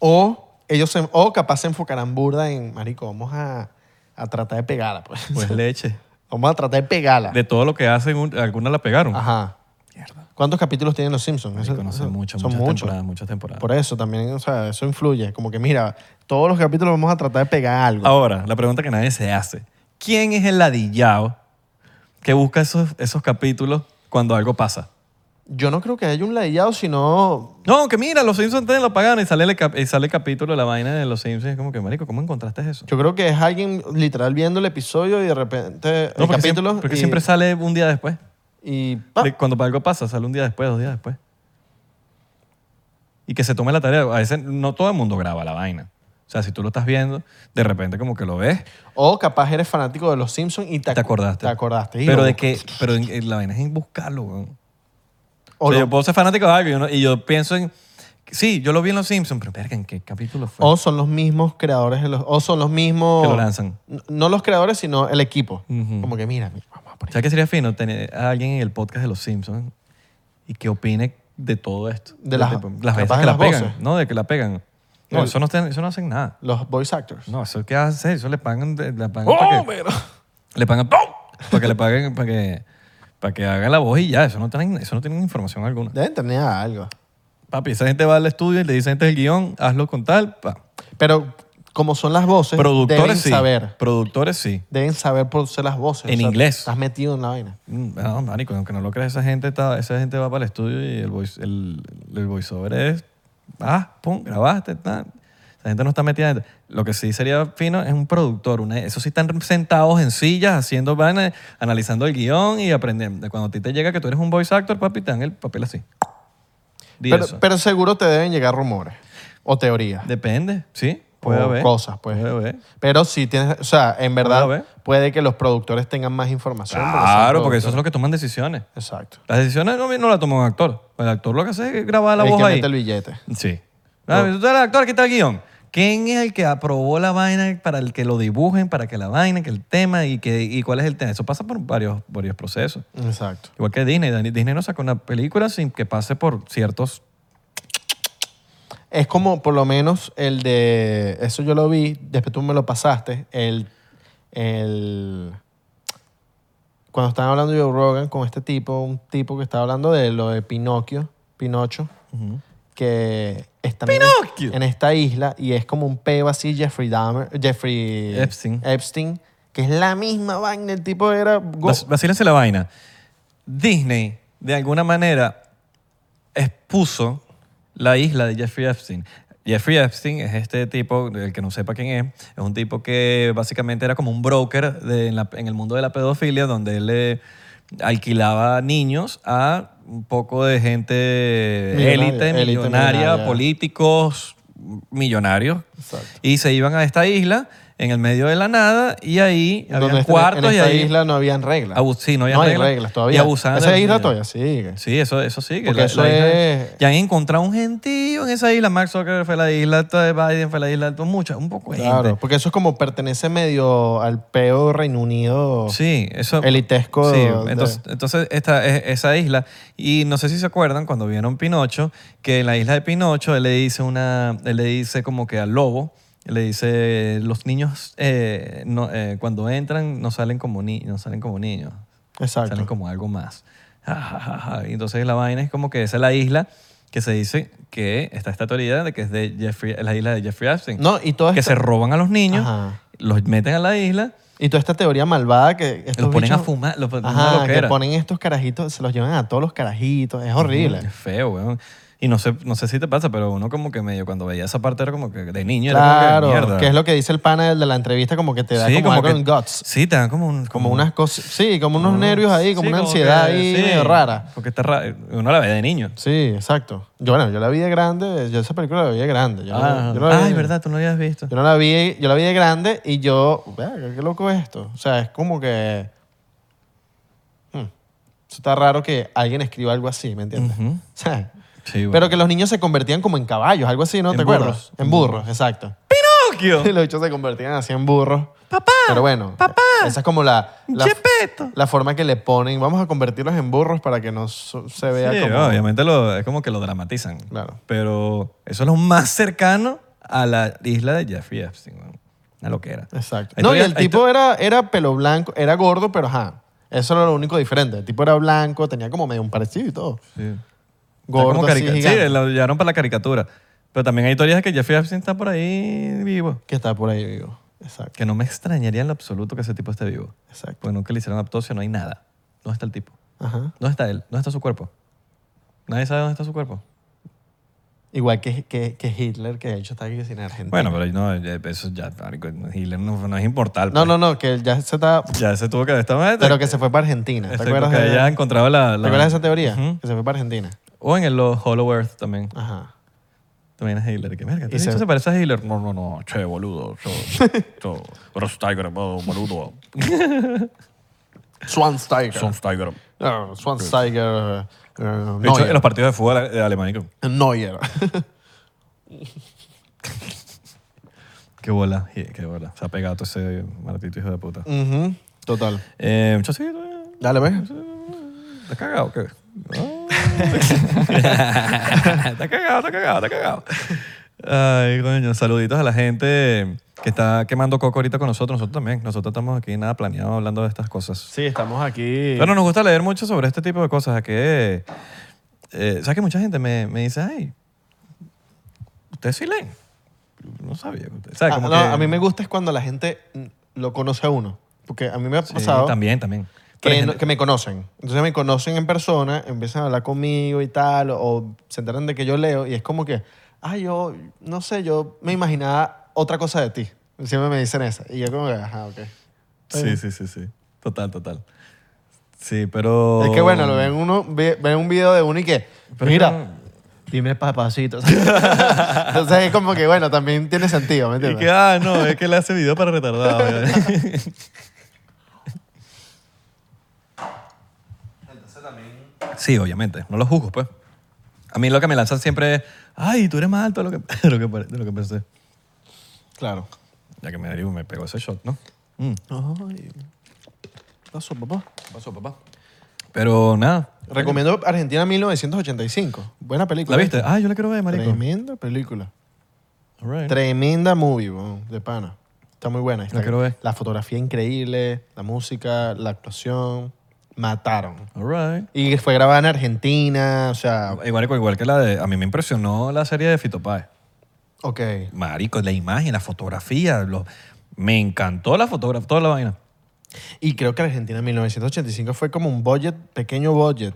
S1: O ellos se- o capaz se enfocarán burda en marico, vamos a, a tratar de pegarla, pues. [LAUGHS]
S2: Pues leche.
S1: Vamos a tratar de pegarla.
S2: De todo lo que hacen, un- algunas la pegaron.
S1: Ajá.
S2: Mierda.
S1: ¿Cuántos capítulos tienen los Simpsons? Eso-
S2: Marico, no sé,
S1: eso-
S2: muchas,
S1: Ah, son
S2: muchas
S1: muchos.
S2: temporadas, muchas temporadas.
S1: Por eso también, o sea, eso influye. Como que mira, todos los capítulos vamos a tratar de pegar algo.
S2: Ahora, la pregunta que nadie se hace. ¿Quién es el ladillao que busca esos, esos capítulos cuando algo pasa?
S1: Yo no creo que haya un ladillado, sino.
S2: No, que mira, los Simpsons antes lo apagaron y sale el, cap- y sale el capítulo de la vaina de los Simpsons. Es como que, marico, ¿cómo encontraste eso?
S1: Yo creo que es alguien literal viendo el episodio y de repente.
S2: No,
S1: el
S2: porque,
S1: capítulo.
S2: siempre, porque
S1: y, Ah.
S2: siempre sale un día después.
S1: y, pa.
S2: De- Cuando algo pasa, sale un día después, dos días después. Y que se tome la tarea. A veces no todo el mundo graba la vaina. O sea, si tú lo estás viendo, de repente como que lo ves,
S1: O capaz eres fanático de los Simpsons y te,
S2: te
S1: acu-
S2: acordaste.
S1: Te acordaste. Y
S2: Pero,
S1: lo
S2: de
S1: buscas.
S2: que, pero en- en la vaina es en buscarlo, weón.
S1: O
S2: O sea,
S1: lo-
S2: yo puedo ser fanático de algo y yo, no- y yo pienso en... Sí, yo lo vi en Los Simpsons, pero verga, ¿en qué capítulo fue?
S1: o son los mismos creadores de los. O son los mismos.
S2: Que lo lanzan.
S1: N- No los creadores, sino el equipo.
S2: Ujú.
S1: Como que mira, mira, vamos a poner.
S2: ¿Sabes qué sería fino? Tener a alguien en el podcast de Los Simpsons y que opine de todo esto.
S1: De las-
S2: tipo,
S1: capaz
S2: veces
S1: de
S2: que la
S1: las
S2: pegan.
S1: voces.
S2: No, de que la pegan. No,
S1: El-
S2: eso no, está- eso no hacen nada.
S1: Los voice actors.
S2: No, eso que hacen, eso le pagan, de- le
S1: ¡Oh,
S2: pagan para que, le pagan ¡pum! para que le paguen para que para que haga la voz y ya, eso no tienen, eso no tienen información alguna.
S1: Deben tener algo.
S2: Papi, esa gente va al estudio y le dice antes el guión, hazlo con tal, pa.
S1: Pero como son las voces, deben
S2: productores sí,
S1: saber.
S2: productores sí.
S1: Deben saber producir las voces.
S2: En inglés.
S1: Estás metido en la vaina.
S2: Mm, No, marico, aunque no lo creas, esa gente, está, esa gente va para el estudio y el, voice, el, el voiceover es, ah, pum, grabaste, tal. Esa gente no está metida dentro. Lo que sí sería fino es un productor. Una, esos sí están sentados en sillas haciendo vainas, analizando el guión y aprendiendo. Cuando a ti te llega que tú eres un voice actor, papi, te dan el papel así. Di
S1: Pero,
S2: eso.
S1: pero seguro te deben llegar rumores o teorías.
S2: Depende, sí, puede
S1: o
S2: haber.
S1: cosas, pues.
S2: Puede haber.
S1: Pero sí tienes, o sea, en verdad
S2: haber.
S1: puede que los productores tengan más información. porque son
S2: Claro, porque eso es
S1: productores.
S2: lo que toman decisiones.
S1: Exacto.
S2: Las decisiones no, no las toma un actor. El actor lo que hace es grabar la
S1: El
S2: voz
S1: que
S2: ahí.
S1: mete el billete.
S2: Sí. Ah, pero tú eres el actor, aquí está el guión. ¿Quién es el que aprobó la vaina para el que lo dibujen, para que la vaina, que el tema y, que, y cuál es el tema? Eso pasa por varios, varios procesos.
S1: Exacto.
S2: Igual que Disney. Dani- Disney no saca una película sin que pase por ciertos...
S1: Es como, por lo menos, el de. Eso yo lo vi, después tú me lo pasaste. El. el cuando estaban hablando de Joe Rogan con este tipo, un tipo que estaba hablando de lo de Pinocchio, Pinocho, que están en-
S2: ¡Pinocchio!
S1: En, esta isla y es como un peo así, Jeffrey Dahmer, Jeffrey
S2: Epstein.
S1: Epstein, que es la misma vaina, el tipo era. go-
S2: Vas- Vacílense la vaina. Disney, de alguna manera, expuso la isla de Jeffrey Epstein. Jeffrey Epstein es este tipo, el que no sepa quién es, es un tipo que básicamente era como un broker de- en, la- en el mundo de la pedofilia, donde él le alquilaba niños a un poco de gente
S1: Millonaria,
S2: élite,
S1: élite
S2: millonaria,
S1: millonaria.
S2: políticos, millonarios.
S1: Exacto.
S2: Y se iban a esta isla en el medio de la nada y ahí
S1: donde
S2: había
S1: este-
S2: cuartos
S1: en
S2: y
S1: esta
S2: ahí
S1: isla no habían reglas.
S2: Abu- sí, no había
S1: hay
S2: reglas.
S1: reglas todavía.
S2: Y abusaban de
S1: Esa
S2: los
S1: isla
S2: niños.
S1: todavía sigue.
S2: Sí, eso, eso sí. que
S1: Porque eso
S2: isla-
S1: es-
S2: Ya han encontrado un gentío en esa isla. Mark Zuckerberg fue a la isla, todo- Biden fue a la isla, todo, mucha, un poco de
S1: Claro, pues,
S2: gente.
S1: porque eso es como pertenece medio al peo Reino Unido.
S2: Sí, eso...
S1: Elitesco
S2: Sí,
S1: de-
S2: entonces, entonces esta, e- esa isla. Y no sé si se acuerdan cuando vieron Pinocho, que en la isla de Pinocho él le dice una... Él le dice como que al lobo, le dice, los niños eh, no, eh, cuando entran no salen como, ni, no salen como niños. salen
S1: Exacto.
S2: como algo más. [LAUGHS] Ja, ja, ja, ja. Y entonces la vaina es como que esa es la isla que se dice que está esta teoría de que es de Jeffrey, es la isla de Jeffrey Epstein.
S1: No, y toda
S2: que
S1: esta,
S2: se roban a los niños,
S1: Ajá.
S2: los meten a la isla,
S1: y toda esta teoría malvada que estos
S2: los ponen a
S1: bichos-
S2: fumar, los ponen
S1: Ajá,
S2: una
S1: que
S2: loquera.
S1: ponen estos carajitos, se los llevan a todos los carajitos, es horrible.
S2: Mm, Es feo, weón. Y no sé, no sé si te pasa, pero uno como que medio cuando veía esa parte era como que de niño
S1: Claro,
S2: era como que mierda.
S1: que es lo que dice el pana del de la entrevista, como que te da
S2: Sí,
S1: como, algo
S2: que-
S1: en guts.
S2: Sí, te dan como un-
S1: Como unas cosas, sí, como unos nervios ahí, como
S2: sí,
S1: una ansiedad
S2: que-
S1: ahí
S2: sí,
S1: medio rara.
S2: Porque está rara. Uno la ve de niño.
S1: Sí, exacto. Yo, bueno, yo la vi de grande, yo esa película la vi de grande. Yo, la- yo la vi-
S2: Ay, Ah, verdad, tú no lo habías visto.
S1: Yo no la vi, yo la vi de grande y yo, verga, qué loco es esto. O sea, es como que hmm, eso está raro que alguien escriba algo así, ¿me entiendes?
S2: Ujú.
S1: [LAUGHS] O sea,
S2: Sí,
S1: pero que los niños se convertían como en caballos, algo así, ¿no?
S2: En
S1: ¿Te
S2: burros.
S1: acuerdas? En burros, exacto. [LAUGHS]
S2: Pinocchio.
S1: los bichos se convertían así en burros.
S2: Papá.
S1: Pero bueno,
S2: Papá.
S1: esa es como la, la,
S2: Chepeto.
S1: la forma que le ponen. Vamos a convertirlos en burros para que no so- se vea
S2: Sí,
S1: como...
S2: obviamente lo- es como que lo dramatizan.
S1: Claro.
S2: Pero eso es lo más cercano a la isla de Jeffrey Epstein. weón. Una loquera.
S1: Exacto.
S2: Ahí
S1: No, y
S2: todavía-
S1: el
S2: ahí
S1: tipo era, era pelo blanco, era gordo, pero ajá. Eso era lo único diferente. El tipo era blanco, tenía como medio un parecido y todo.
S2: to- sí. Está
S1: Gordo,
S2: como
S1: así,
S2: carica-
S1: gigante,
S2: Sí, lo llevaron para la caricatura. Pero también hay teorías de que Jeffrey Epstein está por ahí vivo.
S1: Que está por ahí vivo. Exacto,
S2: Que no me extrañaría en lo absoluto que ese tipo esté vivo. Pues
S1: exacto.
S2: Porque nunca le hicieron autopsia, no hay nada. ¿Dónde está el tipo?
S1: Ajá.
S2: ¿Dónde está él? ¿Dónde está su cuerpo? Nadie sabe dónde está su cuerpo.
S1: Igual que, que, que Hitler, que de hecho está aquí en Argentina.
S2: Bueno, pero no, eh, eso ya, marico, Hitler no, no es inmortal. pues.
S1: no, no, no, que él ya se está...
S2: Ya se tuvo que esta madre-
S1: Pero que se fue para Argentina. ¿Te
S2: este,
S1: acuerdas
S2: que
S1: de,
S2: ya encontraba la...
S1: ¿te
S2: la-
S1: acuerdas de esa teoría?
S2: Ujú.
S1: Que se fue para Argentina.
S2: O en el los Hollow Earth también.
S1: Ajá.
S2: También es Hitler. ¿Qué merda? ¿Te
S1: Y
S2: se...
S1: se-
S2: se parece a Hitler? No, no, no. Che, boludo.
S1: [LAUGHS]
S2: Yo, yo, Ross Tiger, boludo, boludo.
S1: Schwansteiger.
S2: Son Tiger.
S1: Eh, Schwansteiger. eh,
S2: De hecho, en
S1: Neuer.
S2: los partidos de fútbol de Alemania,
S1: Neuer.
S2: qué bola, je, qué bola. Se ha pegado todo ese martito hijo de puta.
S1: Ujú, Total.
S2: Eh, yo sí, eh,
S1: Dale, pues. ¿ves?
S2: ¿Estás cagado o qué? [LAUGHS] Ah. Está cagado, está cagado, está cagado. Ay, coño, saluditos a la gente que está quemando coco ahorita con nosotros. Nosotros también. Nosotros estamos aquí nada planeado hablando de estas cosas.
S3: Sí, estamos aquí.
S2: Pero nos gusta leer mucho sobre este tipo de cosas. Que, eh, ¿Sabes que mucha gente me, me dice, ay, ustedes sí leen? No sabía. O sea,
S1: Ah,
S2: como
S1: no,
S2: que-
S1: A mí me gusta es cuando la gente mm, lo conoce a uno. Porque a mí me ha
S2: Sí,
S1: pasado
S2: También, también. Pero hay
S1: que, no-
S2: gente-
S1: que me conocen. Entonces me conocen en persona, empiezan a hablar conmigo y tal, o, o se enteran de que yo leo y es como que, ah, yo, no sé, yo me imaginaba otra cosa de ti. Siempre me dicen esa. Y yo como que, ajá, ok.
S2: Sí, sí, sí, sí. Total, total. Sí, pero...
S1: Es que bueno, lo ven uno, ve- ven un video de uno y que,
S2: Pero
S1: mira,
S2: no-
S1: dime papacito. [LAUGHS] Entonces es como que, bueno, también tiene sentido, ¿me
S2: Y que,
S1: entiendes?
S2: ah, no, es que le hace video para
S1: [LAUGHS]
S2: retardado. Entonces también... Sí, obviamente. No lo juzgo, pues. A mí lo que me lanzan siempre es, ay, tú eres más alto de lo que, [LAUGHS] de lo que, pare- de lo que pensé.
S1: Claro.
S2: Ya que me derivo, me pegó ese shot, ¿no? Mm.
S1: Ay, pasó, papá.
S2: Pasó, papá. Pero nada.
S1: Recomiendo Argentina 1985. Buena película.
S2: ¿La viste? Ah, yo la quiero ver, marico.
S1: Tremenda película.
S2: All right.
S1: Tremenda movie, weón, de pana. Está muy buena. Está-
S2: La quiero ver.
S1: La fotografía increíble, la música, la actuación. Mataron.
S2: All right.
S1: Y fue grabada en Argentina, o sea,
S2: Igual, igual que la de... A mí me impresionó la serie de Fito Páez.
S1: ok.
S2: Marico, la imagen, la fotografía. lo- me encantó la fotografía, toda la vaina.
S1: Y creo que Argentina en 1985 fue como un budget, pequeño budget.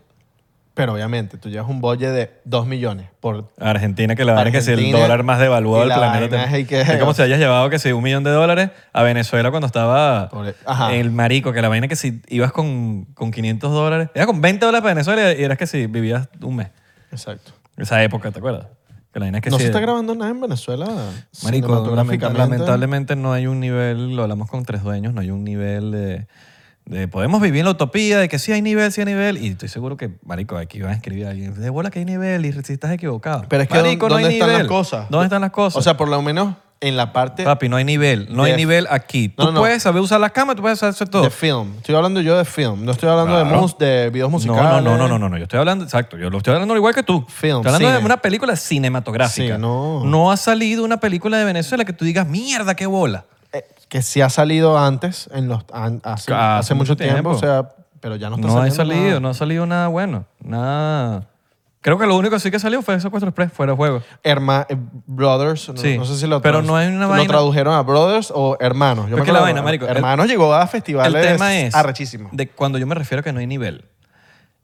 S1: Pero obviamente, tú llevas un budget de 2 millones por...
S2: Argentina, que la vaina que si el
S1: Argentina,
S2: dólar más devaluado
S1: y
S2: del
S1: la
S2: planeta.
S1: vaina
S2: te-
S1: es que-
S2: es como si hayas llevado que si un millón de dólares a Venezuela cuando estaba
S1: Pobre- ajá.
S2: el marico, que la vaina que si ibas con, con 500 dólares, era con 20 dólares para Venezuela y eras que si vivías un mes.
S1: Exacto.
S2: Esa época, ¿te acuerdas? Que la vaina es que
S1: no
S2: si-
S1: se está grabando nada en Venezuela
S2: Marico, lamenta-
S1: cinematográficamente.
S2: lamentablemente no hay un nivel, lo hablamos con tres dueños, no hay un nivel de, de- Podemos vivir en la utopía de que sí hay nivel, sí hay nivel, y estoy seguro que, Marico, aquí van a escribir a alguien, de bola que hay nivel y si estás equivocado.
S1: Pero es que
S2: Marico,
S1: ¿dó- ¿dónde
S2: no hay
S1: están
S2: nivel.
S1: las cosas?
S2: ¿Dónde están las cosas?
S1: O sea, por lo menos en la parte
S2: Papi, no hay nivel, no hay
S1: de-
S2: nivel aquí. Tú
S1: No, no.
S2: puedes saber usar las cámaras, tú puedes saber hacer todo.
S1: de film. Estoy hablando yo de film. No estoy hablando de,
S2: Claro.
S1: mus, de videos
S2: No,
S1: musicales.
S2: no, no, no, no, no, no, yo estoy hablando, exacto, yo lo estoy hablando igual que tú.
S1: Film,
S2: estoy hablando de
S1: cine.
S2: una película cinematográfica.
S1: Sí, no.
S2: no ha salido una película de Venezuela que tú digas, mierda, qué bola.
S1: Eh, que sí ha salido antes, en los, an- hace,
S2: Ah, hace
S1: hace mucho
S2: mucho
S1: tiempo.
S2: tiempo.
S1: O sea, pero ya no está
S2: No ha
S1: saliendo
S2: salido,
S1: nada.
S2: no ha salido nada bueno. Nada. Creo que lo único que sí que salió fue Secuestro Express, fuera de juego.
S1: Herma- eh, brothers, no,
S2: Sí,
S1: no sé si lo
S2: pero
S1: tradu-
S2: no hay una
S1: lo
S2: vaina-
S1: tradujeron a brothers o hermanos.
S2: Pero
S1: Yo me
S2: es que la
S1: acuerdo,
S2: vaina, marico, el-
S1: Hermanos llegó a
S2: El
S1: festivales
S2: tema es.
S1: arrechísimos.
S2: De cuando yo me refiero a que no hay nivel.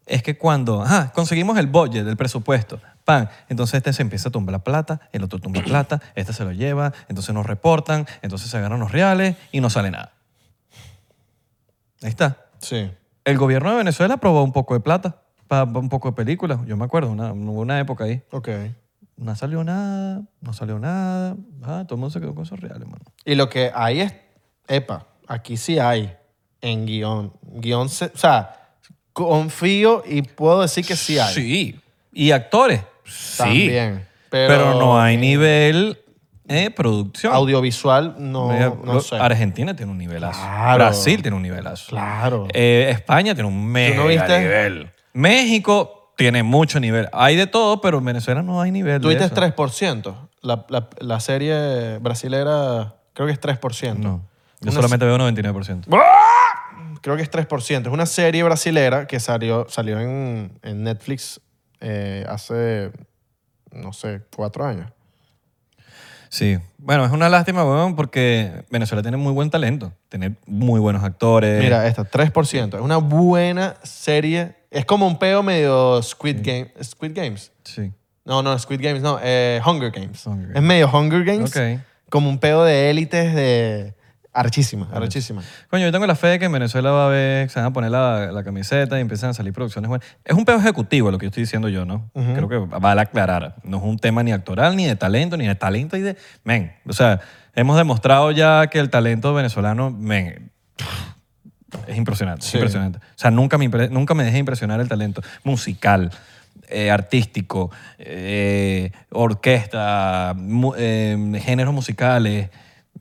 S2: Es que cuando ajá, conseguimos el budget, el presupuesto, pan, entonces este se empieza a tumbar plata, el otro tumba plata, este se lo lleva, entonces nos reportan, entonces se agarran los reales y no sale nada. Ahí está.
S1: Sí.
S2: El gobierno de Venezuela aprobó un poco de plata para un poco de películas. Yo me acuerdo, una, hubo una época ahí.
S1: Ok.
S2: no salió nada, no salió nada. Ah, todo el mundo se quedó con esos reales, mano.
S1: Y lo que hay es, epa, aquí sí hay en guión. Guión, se- o sea, confío y puedo decir que sí hay.
S2: Sí. ¿Y actores? Sí.
S1: También. Pero,
S2: Pero, no hay nivel de producción.
S1: Audiovisual, no,
S2: Mira,
S1: no
S2: lo-
S1: sé.
S2: Argentina tiene un nivelazo.
S1: Claro.
S2: Brasil tiene un nivelazo.
S1: Claro.
S2: Eh, España tiene un mega
S1: viste?
S2: nivel. México tiene mucho nivel. Hay de todo, pero en Venezuela no hay nivel. de
S1: Tuviste
S2: eso.
S1: 3%. La, la, la serie brasilera creo que es 3%.
S2: No. Yo
S1: Una
S2: solamente veo 99%.
S1: Creo que es 3%. Es una serie brasilera que salió, salió en, en Netflix eh, hace, no sé, cuatro años.
S2: Sí. Bueno, es una lástima, weón, porque Venezuela tiene muy buen Eh. talento. Tiene muy buenos actores.
S1: Mira, esta, 3%. Es una buena serie Es como un peo medio
S2: Mm.
S1: Squid, Game, Squid Games.
S2: Sí.
S1: No, no, Squid Games, no, eh, Hunger Games.
S2: Hunger Games.
S1: Es medio Hunger Games.
S2: Ok.
S1: Como un pedo de élites de. Archísima, archísima.
S2: Coño, yo tengo la fe de que en Venezuela va a haber, se van a poner la, la camiseta y empiezan a salir producciones buenas. Es un pedo ejecutivo lo que yo estoy diciendo yo, ¿no? Creo que vale aclarar. No es un tema ni actoral, ni de talento, ni de talento y de... Men, o sea, hemos demostrado ya que el talento venezolano, men, es impresionante, es
S1: Sí.
S2: impresionante. O sea, nunca me, impre- nunca me dejé impresionar el talento musical, eh, artístico, eh, orquesta, mu- eh, géneros musicales.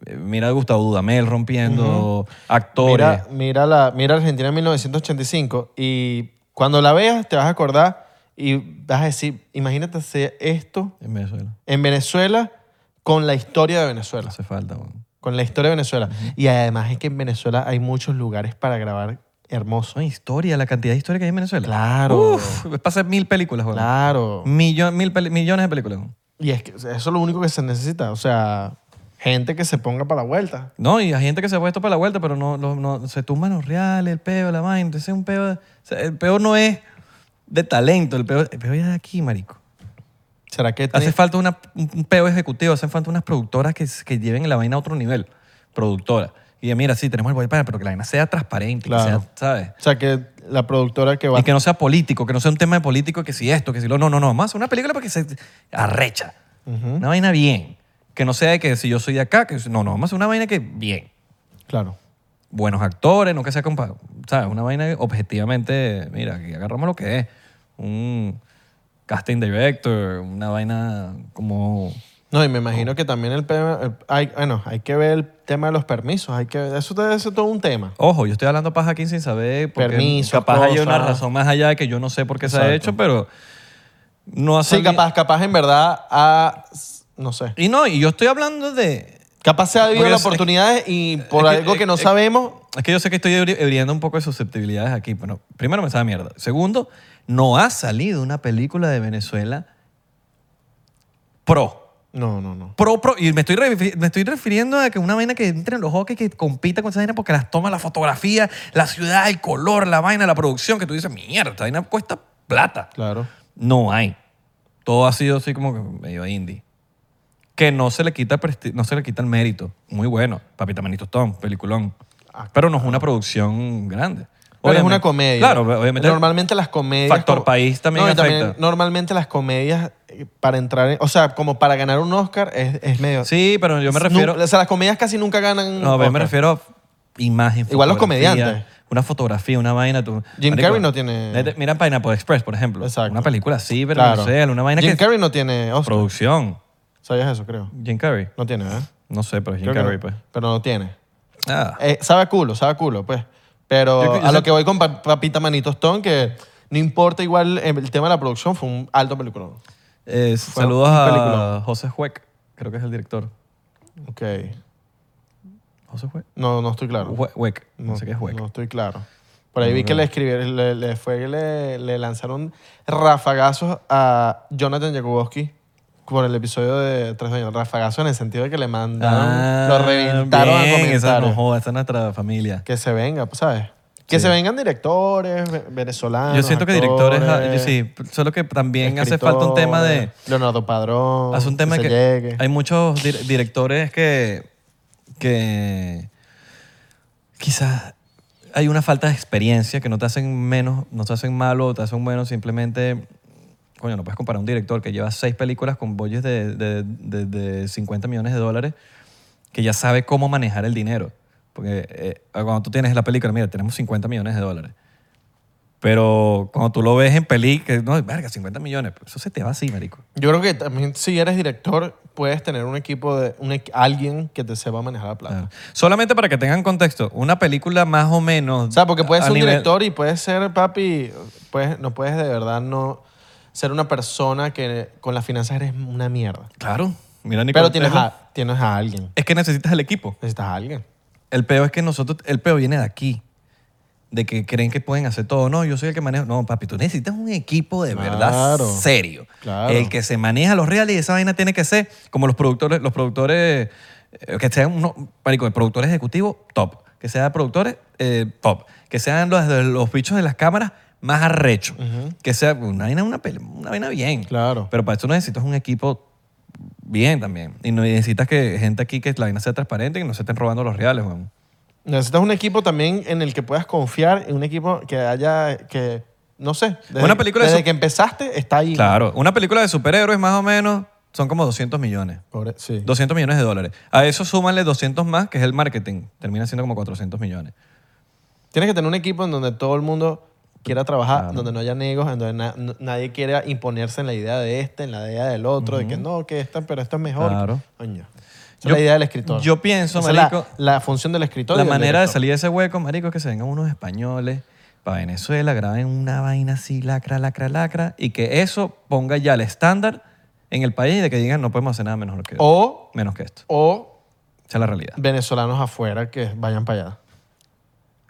S2: Eh, Mira a Gustavo Dudamel rompiendo, actores.
S1: Mira, mira, la, mira Argentina en 1985 y cuando la veas te vas a acordar y vas a decir, imagínate hacer esto
S2: En Venezuela.
S1: en Venezuela con la historia de Venezuela.
S2: Hace falta, weón.
S1: Con la historia de Venezuela. Y además es que en Venezuela hay muchos lugares para grabar hermosos.
S2: No hay historia, la cantidad de historia que hay en Venezuela.
S1: Claro.
S2: Uf, es para hacer mil películas, weón.
S1: Claro.
S2: Millo- mil peli- millones de películas. weón.
S1: Y es que eso es lo único que se necesita. O sea, gente que se ponga para la vuelta.
S2: No, y hay gente que se ha puesto para la vuelta, pero no, no- no- se tumban los reales, el peo, la vaina. Entonces es un peo. o sea, el peo no es de talento, el peo, el peo ya es de aquí, marico.
S1: ¿Será que
S2: Hace
S1: tiene-
S2: falta una, un un peo ejecutivo, hacen falta unas productoras que, que lleven la vaina a otro nivel. Productora. Y de, mira, sí, tenemos el boypan, pero que la vaina sea transparente,
S1: Claro.
S2: que sea, ¿sabes?
S1: O sea, que la productora que va...
S2: Y que no sea político, que no sea un tema de político, que si esto, que si lo. No, no, no. Vamos a hacer una película para que se arrecha. Una vaina bien. Que no sea de que si yo soy de acá, que. No, no. Vamos a hacer una vaina que bien.
S1: Claro.
S2: Buenos actores, no que sea compa. ¿Sabes? Una vaina que objetivamente. Mira, aquí agarramos lo que es. Un casting director, una vaina como.
S1: No, y me
S2: Oh.
S1: imagino que también el tema... el- hay, bueno, hay que ver el tema de los permisos. Hay que, eso te- eso es todo un tema.
S2: Ojo, yo estoy hablando paja aquí sin saber porque
S1: Permiso,
S2: capaz hay una
S1: cosas.
S2: razón más allá de que yo no sé por qué se ha
S1: Exacto.
S2: hecho, pero no ha
S1: Sí,
S2: salido-
S1: capaz, capaz en verdad a... No sé.
S2: Y no, y yo estoy hablando de
S1: Capaz se ha habido
S2: Porque
S1: las
S2: es-
S1: oportunidades y por
S2: es que-
S1: algo que no
S2: es-
S1: sabemos...
S2: Es que yo sé que estoy hebri- hebriendo un poco de susceptibilidades aquí. Bueno, primero me sabe mierda. Segundo, no ha salido una película de Venezuela pro.
S1: No, no, no.
S2: Pro, pro. Y me estoy, refi- me estoy refiriendo a que una vaina que entre en los hockey, que compita con esa vaina porque las toma la fotografía, la ciudad, el color, la vaina, la producción, que tú dices, mierda, esta vaina cuesta plata.
S1: Claro.
S2: No hay. Todo ha sido así como que medio indie. Que no se le quita, presti- no se le quita el mérito. Muy bueno. Papita Manito Tom, peliculón. Pero no es una producción grande.
S1: Ah, Pero es
S2: Obviamente-
S1: una comedia.
S2: Claro, obviamente.
S1: Normalmente las comedias.
S2: Factor país también
S1: No, y
S2: afecta.
S1: normalmente las comedias eh, para entrar en. O sea, como para ganar un Oscar es, es medio.
S2: Sí, pero yo me
S1: Nu-
S2: refiero.
S1: o sea, las comedias casi nunca ganan. un
S2: No, yo me
S1: Oscar.
S2: refiero a imagen.
S1: Igual los
S2: fotografía,
S1: comediantes.
S2: Una fotografía, una vaina. tú-
S1: Jim
S2: marico,
S1: Carrey no tiene-
S2: vete- Mira Pineapple Express, por ejemplo.
S1: Exacto.
S2: Una película así, pero
S1: Claro.
S2: no sé, una vaina
S1: Jim
S2: que.
S1: Carrey no tiene Oscar.
S2: Producción.
S1: ¿Sabías eso, creo?
S2: Jim Carrey.
S1: No tiene, ¿verdad?
S2: No sé, pero Jim
S1: Creo que
S2: Carrey,
S1: no.
S2: pues.
S1: Pero no tiene.
S2: Ah.
S1: Eh, sabe a culo, sabe a culo, pues. Pero
S2: Yo- yo
S1: a
S2: sé-
S1: lo que voy con Pa- Papita Manito Stone, que no importa igual eh, el tema de la producción, fue un alto peliculón.
S2: Eh,
S1: Fue
S2: saludos
S1: un
S2: a
S1: peliculón.
S2: José Juec, creo que es el director.
S1: Ok.
S2: José Juec.
S1: No, no estoy claro.
S2: Jue- Juec, no, sé qué es Juec.
S1: no estoy claro. Por ahí vi que le escribieron, le, le fue que le, le lanzaron rafagazos a Jonathan Jakubowski por el episodio de Tres Doñas. Rafagazos en el sentido de que le mandaron,
S2: Ah,
S1: lo reventaron a
S2: bien, esa no
S1: comentarios.
S2: joda, esa es nuestra familia.
S1: que se venga, pues, ¿sabes? Que se vengan directores ve- venezolanos.
S2: Yo siento que directores, ah, yo sí, solo que también hace falta un tema de,
S1: escritores, Leonardo Padrón.
S2: hace un tema
S1: que,
S2: que
S1: se llegue.
S2: hay muchos dir- directores que, que quizás hay una falta de experiencia que no te hacen menos, no te hacen malo, te hacen bueno, simplemente, coño, no puedes comparar un director que lleva seis películas con bolles de, de- de- de 50 millones de dólares que ya sabe cómo manejar el dinero. Porque eh, cuando tú tienes la película, mira, tenemos 50 millones de dólares. Pero cuando tú lo ves en peli, que no, verga, 50 millones, pues, eso se te va así, marico.
S1: Yo creo que también si eres director puedes tener un equipo de un, equ- alguien que te sepa manejar la plata.
S2: Claro. Solamente para que tengan contexto, una película más o menos.
S1: O sea, porque puedes
S2: a
S1: ser un
S2: nivel-
S1: director y puedes ser, papi, puedes, no puedes de verdad no ser una persona que con las finanzas eres una mierda.
S2: Claro. Mira, Nicolás
S1: Pero tienes
S2: Tesla.
S1: a, tienes a alguien.
S2: Es que necesitas el equipo.
S1: Necesitas a alguien.
S2: El peo es que nosotros. El peo viene de aquí. De que creen que pueden hacer todo. No, yo soy el que manejo. No, papi, tú necesitas un equipo de verdad
S1: Claro.
S2: serio.
S1: Claro.
S2: El que se maneja los reales y esa vaina tiene que ser como los productores. Los productores. eh, Que sean unos. Marico, el productor ejecutivo, top. Que sean productores, eh, top. Que sean los, los bichos de las cámaras, más arrecho. Que sea una vaina, una, pele- una vaina bien.
S1: Claro.
S2: Pero para eso necesitas un equipo bien también. Y no- y necesitas que gente aquí que la vaina sea transparente y que no se estén robando los reales, weón.
S1: Necesitas un equipo también en el que puedas confiar, en un equipo que haya, que, no sé. Desde,
S2: Una película de
S1: desde
S2: su-
S1: que empezaste está ahí.
S2: Claro, una película de superhéroes más o menos son como 200 millones.
S1: Pobre- sí.
S2: 200 millones de dólares. A eso súmanle 200 más, que es el marketing. Termina siendo como 400 millones.
S1: Tienes que tener un equipo en donde todo el mundo quiera trabajar, donde no haya negos, en donde na- n- nadie quiera imponerse en la idea de este, en la idea del otro, de que no, que esta, pero esta es mejor.
S2: Claro.
S1: Coño.
S2: Yo-
S1: Esa es la idea del escritor.
S2: yo pienso,
S1: Esa es la-
S2: marico,
S1: la, función del escritor. y
S2: La
S1: del
S2: manera de
S1: director.
S2: salir de ese hueco, marico, es que se vengan unos españoles para Venezuela, graben una vaina así, lacra, lacra, lacra, y que eso ponga ya el estándar en el país de que digan no podemos hacer nada menos que,
S1: O,
S2: menos que esto.
S1: o
S2: Esa es la realidad.
S1: venezolanos afuera que vayan para allá.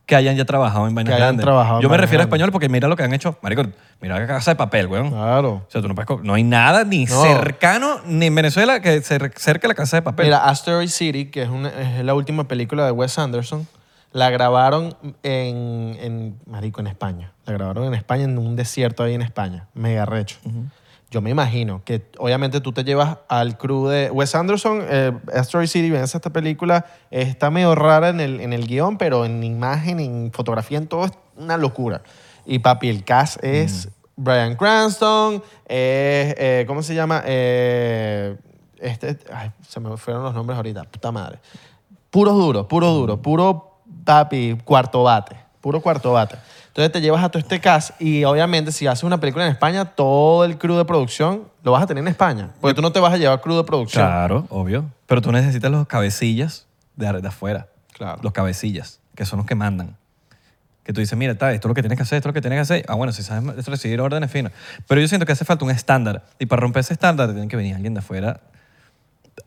S2: Que hayan ya trabajado en vainas
S1: Que hayan
S2: grandes.
S1: trabajado en
S2: Yo me
S1: vainas
S2: refiero a
S1: grandes.
S2: españoles porque mira lo que han hecho. Marico, mira la casa de papel, weón.
S1: Claro.
S2: O sea, tú no puedes... co- No hay nada ni
S1: No.
S2: cercano ni en Venezuela que se re- cerque a la casa de papel.
S1: Mira, Asteroid City, que es, una- es la última película de Wes Anderson, la grabaron en, en- Marico, en España. La grabaron en España, en un desierto ahí en España. Mega recho. Yo me imagino que obviamente tú te llevas al crew de Wes Anderson, eh, Asteroid City, ven esta película, está medio rara en el, en el guión, pero en imagen, en fotografía, en todo es una locura. Y papi, el cast es Brian Cranston, es, eh, ¿cómo se llama? Eh, este, ay, se me fueron los nombres ahorita, puta madre. Puros duros, puros
S2: Mm.
S1: duros, puro papi, cuarto bate, puro cuarto bate. Entonces te llevas a todo este cast y obviamente si haces una película en España, todo el crew de producción lo vas a tener en España, porque tú no te vas a llevar crew de producción.
S2: Claro, obvio. Pero tú necesitas los cabecillas de, ar- de afuera.
S1: Claro.
S2: Los cabecillas, que son los que mandan. Que tú dices, mira, tal, esto es lo que tienes que hacer, esto es lo que tienes que hacer. Ah, bueno, si sabes ma- recibir órdenes finas. Pero yo siento que hace falta un estándar. Y para romper ese estándar tiene que venir alguien de afuera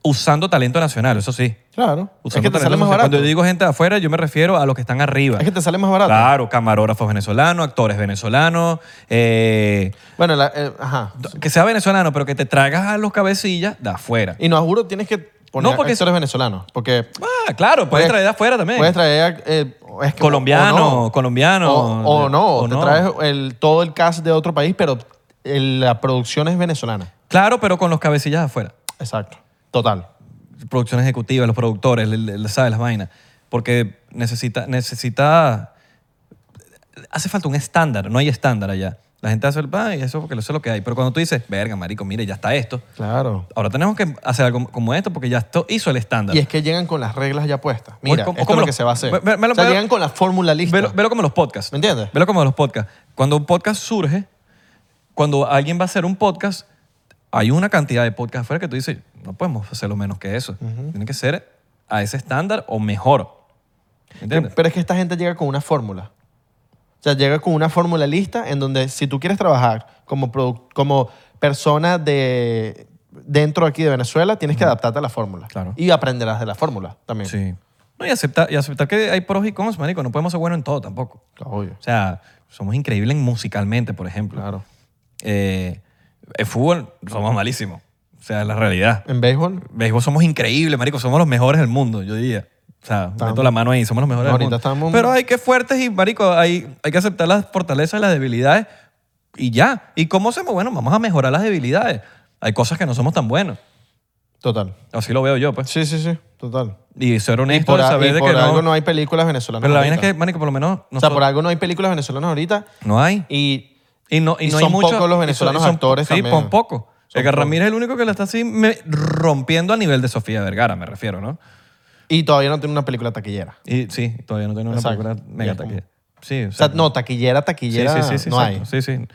S2: usando talento nacional, eso sí.
S1: Claro. Es
S2: Usando
S1: que te sale
S2: talento
S1: más
S2: nacional.
S1: barato.
S2: Cuando yo digo gente de afuera, yo me refiero a los que están arriba.
S1: Es que te sale más barato.
S2: Claro, camarógrafos venezolanos, actores venezolanos, eh,
S1: Bueno, la- eh, ajá.
S2: que sea venezolano, pero que te tragas a los cabecillas de afuera.
S1: Y no, juro, tienes que poner
S2: No, porque
S1: actores venezolanos, porque
S2: Ah, claro, puedes traer de afuera también.
S1: Puedes traer eh, es que-
S2: Colombiano,
S1: o no.
S2: colombiano. eh,
S1: O, o no,
S2: O
S1: te
S2: no.
S1: traes el, todo el cast de otro país, pero el- la producción es venezolana.
S2: Claro, pero con los cabecillas afuera.
S1: Exacto. Total.
S2: Producción ejecutiva, los productores, el- el- ¿sabes? Las vainas. Porque necesita, necesita... Hace falta un estándar. No hay estándar allá. La gente hace el... Ay, eso porque eso es lo que hay. Pero cuando tú dices, verga, marico, mire, ya está esto.
S1: Claro.
S2: Ahora tenemos que hacer algo como esto porque ya esto hizo el estándar.
S1: Y es que llegan con las reglas ya puestas. Mira,
S2: ¿cómo-
S1: esto
S2: cómo
S1: es lo
S2: lo-
S1: que se va a hacer.
S2: Ve- ve- ve-
S1: o sea,
S2: ve-
S1: llegan con la fórmula lista.
S2: Velo, velo como los podcasts.
S1: ¿Me entiendes?
S2: Velo como los podcasts. Cuando un podcast surge, cuando alguien va a hacer un podcast, hay una cantidad de podcasts afuera que tú dices, no podemos hacerlo menos que eso. Tiene que ser a ese estándar o mejor. ¿Me ¿Entiendes?
S1: Pero es que esta gente llega con una fórmula. O sea, llega con una fórmula lista en donde si tú quieres trabajar como, produ- como persona de dentro aquí de Venezuela, tienes que adaptarte a la fórmula.
S2: Claro.
S1: Y aprenderás de la fórmula también.
S2: Sí. No, y aceptar, y aceptar que hay pros y cons, marico. No podemos ser buenos en todo tampoco.
S1: Obvio.
S2: O sea, somos increíbles en musicalmente, por ejemplo.
S1: Claro.
S2: Eh, en fútbol somos malísimos. O sea, es la realidad.
S1: En béisbol,
S2: béisbol somos increíbles, marico. Somos los mejores del mundo, yo diría. O sea, meto la mano ahí, somos los mejores
S1: Ahorita
S2: del mundo.
S1: estamos-
S2: Pero hay que fuertes y, marico, hay, hay que aceptar las fortalezas y las debilidades y ya. ¿Y cómo hacemos? Bueno, vamos a mejorar las debilidades. Hay cosas que no somos tan buenos.
S1: total.
S2: Así lo veo yo, pues.
S1: Sí, sí, sí, total.
S2: Y ser
S1: Y
S2: honesto
S1: por,
S2: de
S1: a-
S2: saber
S1: y
S2: de
S1: por
S2: que
S1: algo
S2: no...
S1: no. hay películas venezolanas.
S2: Pero la vaina
S1: ahorita.
S2: es que, marico, por lo menos
S1: O sea,
S2: nosotros-
S1: por algo no hay películas venezolanas ahorita.
S2: no hay.
S1: Y
S2: Y no, y
S1: Y
S2: no hay
S1: son
S2: mucho-
S1: pocos los
S2: y son-
S1: venezolanos
S2: y son-
S1: actores
S2: sí,
S1: también.
S2: pon poco.
S1: Son
S2: Edgar
S1: pocos.
S2: Ramírez es el único que la está así me- rompiendo a nivel de Sofía Vergara, me refiero, ¿no?
S1: Y todavía no tiene una película taquillera.
S2: Y sí, todavía no tengo una
S1: Exacto.
S2: película
S1: Y
S2: mega
S1: es como-
S2: taquilla. Sí,
S1: O sea, no, taquillera, taquillera no hay.
S2: exacto. Sí, sí.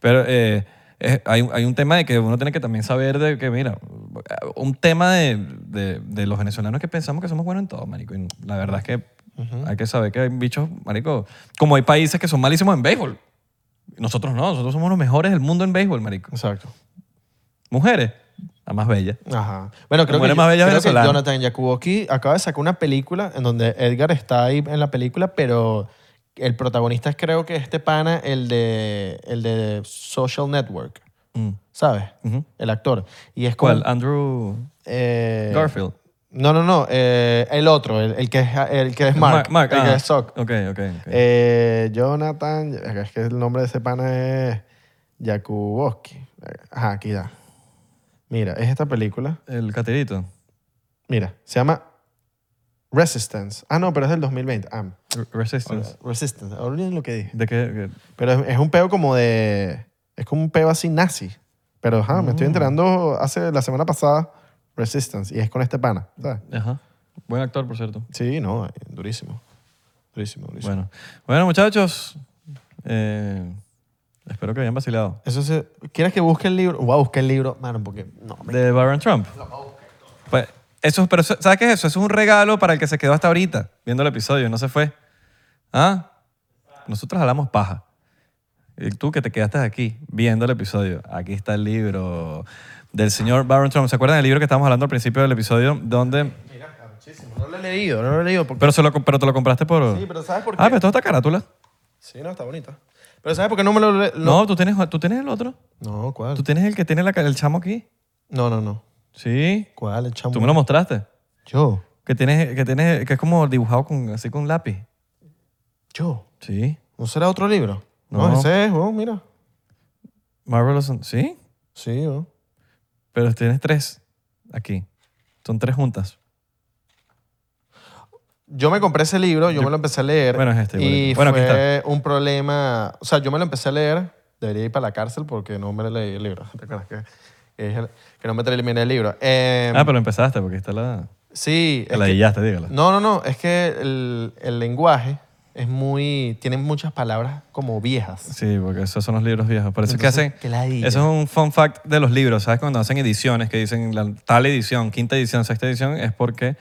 S2: Pero eh, es- hay, hay un tema de que uno tiene que también saber de que, mira, un tema de, de- de los venezolanos que pensamos que somos buenos en todo, marico. Y la verdad es que hay que saber que hay bichos, marico, como hay países que son malísimos en béisbol. Nosotros no, nosotros somos los mejores del mundo en béisbol, marico.
S1: Exacto.
S2: Mujeres, la más bella.
S1: Ajá. Bueno, creo
S2: Muere
S1: que,
S2: más bella
S1: creo que
S2: venezolana.
S1: Jonathan Yakuboki acaba de sacar una película en donde Edgar está ahí en la película, pero el protagonista es creo que este pana, el de, el de Social Network,
S2: Mm.
S1: ¿sabes? El actor. Y es como...
S2: ¿Cuál? Andrew
S1: eh,
S2: Garfield.
S1: No, no, no. eh, el otro, el, el que es, el que es Mark. el que
S2: ah,
S1: es Sock.
S2: Ok, ok. ok.
S1: Eh, Jonathan, es que el nombre de ese pana es Jakubowski. Ajá, aquí ya. Mira, es esta película.
S2: el caterito.
S1: Mira, se llama Resistance. Ah, no, pero es del 2020. Ah,
S2: R- Resistance.
S1: Resistance. Olviden lo que dije.
S2: ¿De qué?
S1: Pero es, es un peo como de... Es como un peo así nazi. Pero ajá, me estoy enterando hace la semana pasada Resistance y es con este pana. ¿sabes?
S2: qué? Ajá. Buen actor, por cierto.
S1: Sí, no, durísimo. Durísimo, durísimo.
S2: Bueno, bueno muchachos. eh, espero que hayan vacilado.
S1: Eso se, ¿Quieres que busque el libro? Voy a buscar el libro, mano, porque no. me-
S2: De Barron Trump. Pues, eso, pero eso- ¿sabes qué es eso? Eso es un regalo para el que se quedó hasta ahorita viendo el episodio, no se fue. ¿Ah? Nosotros hablamos paja. Y tú que te quedaste aquí viendo el episodio, aquí está el libro del señor Barron Trump. ¿Se acuerdan del libro que estábamos hablando al principio del episodio? Donde,
S1: No lo he leído, no lo he leído. Porque,
S2: pero, se lo, pero te lo compraste por...
S1: sí, pero ¿sabes por qué?
S2: Ah, pero todo está carátula.
S1: Sí, no, está bonita. Pero ¿sabes por qué no me lo le- lo-
S2: No, tú tienes, tú tienes el otro.
S1: No, ¿cuál?
S2: Tú tienes el que tiene la ca- el chamo aquí.
S1: No, no, no.
S2: Sí.
S1: ¿Cuál? El chamo.
S2: Tú me lo mostraste.
S1: Yo.
S2: Que tienes, que tienes, que es como dibujado con, así con lápiz.
S1: Yo.
S2: Sí.
S1: ¿No será otro libro? No,
S2: No.
S1: ese es, oh, mira.
S2: Marvelous. and- Sí.
S1: Sí, oh.
S2: Pero tienes tres aquí. Son tres juntas.
S1: Yo me compré ese libro, yo, me lo empecé a leer.
S2: Bueno, es este,
S1: Y
S2: igualito. Bueno, aquí
S1: fue un problema. O sea, yo me lo empecé a leer. Debería ir para la cárcel porque no me leí el libro. [LAUGHS] ¿Te acuerdas que, que dije que no me terminé el libro? Eh,
S2: Ah, pero empezaste porque está la.
S1: sí.
S2: Te
S1: es
S2: la
S1: que-
S2: guillaste, dígala.
S1: No, no, no. Es que el, el lenguaje es muy. Tiene muchas palabras como viejas.
S2: Sí, porque esos son los libros viejos. Por eso es que
S1: Entonces,
S2: hacen.
S1: qué ladilla.
S2: Eso es un fun fact de los libros. ¿Sabes? Cuando hacen ediciones que dicen la- tal edición, quinta edición, sexta edición, es porque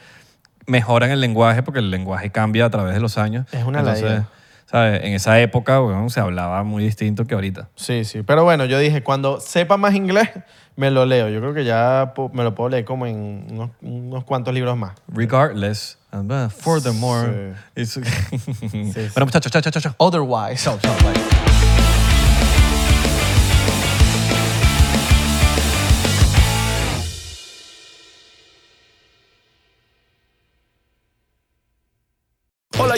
S2: mejoran el lenguaje, porque el lenguaje cambia a través de los años.
S1: Es una ladilla.
S2: ¿sabes? En esa época, weón, se hablaba muy distinto que ahorita.
S1: Sí, sí. Pero bueno, yo dije, cuando sepa más inglés, me lo leo. Yo creo que ya po- me lo puedo leer como en unos, unos cuantos libros más.
S2: Regardless, and uh, furthermore. it's- [LAUGHS]
S1: sí.
S2: Bueno, muchachos, chao, chao, chao, chao.
S1: Otherwise. Chao, chao, bye.
S3: Hola,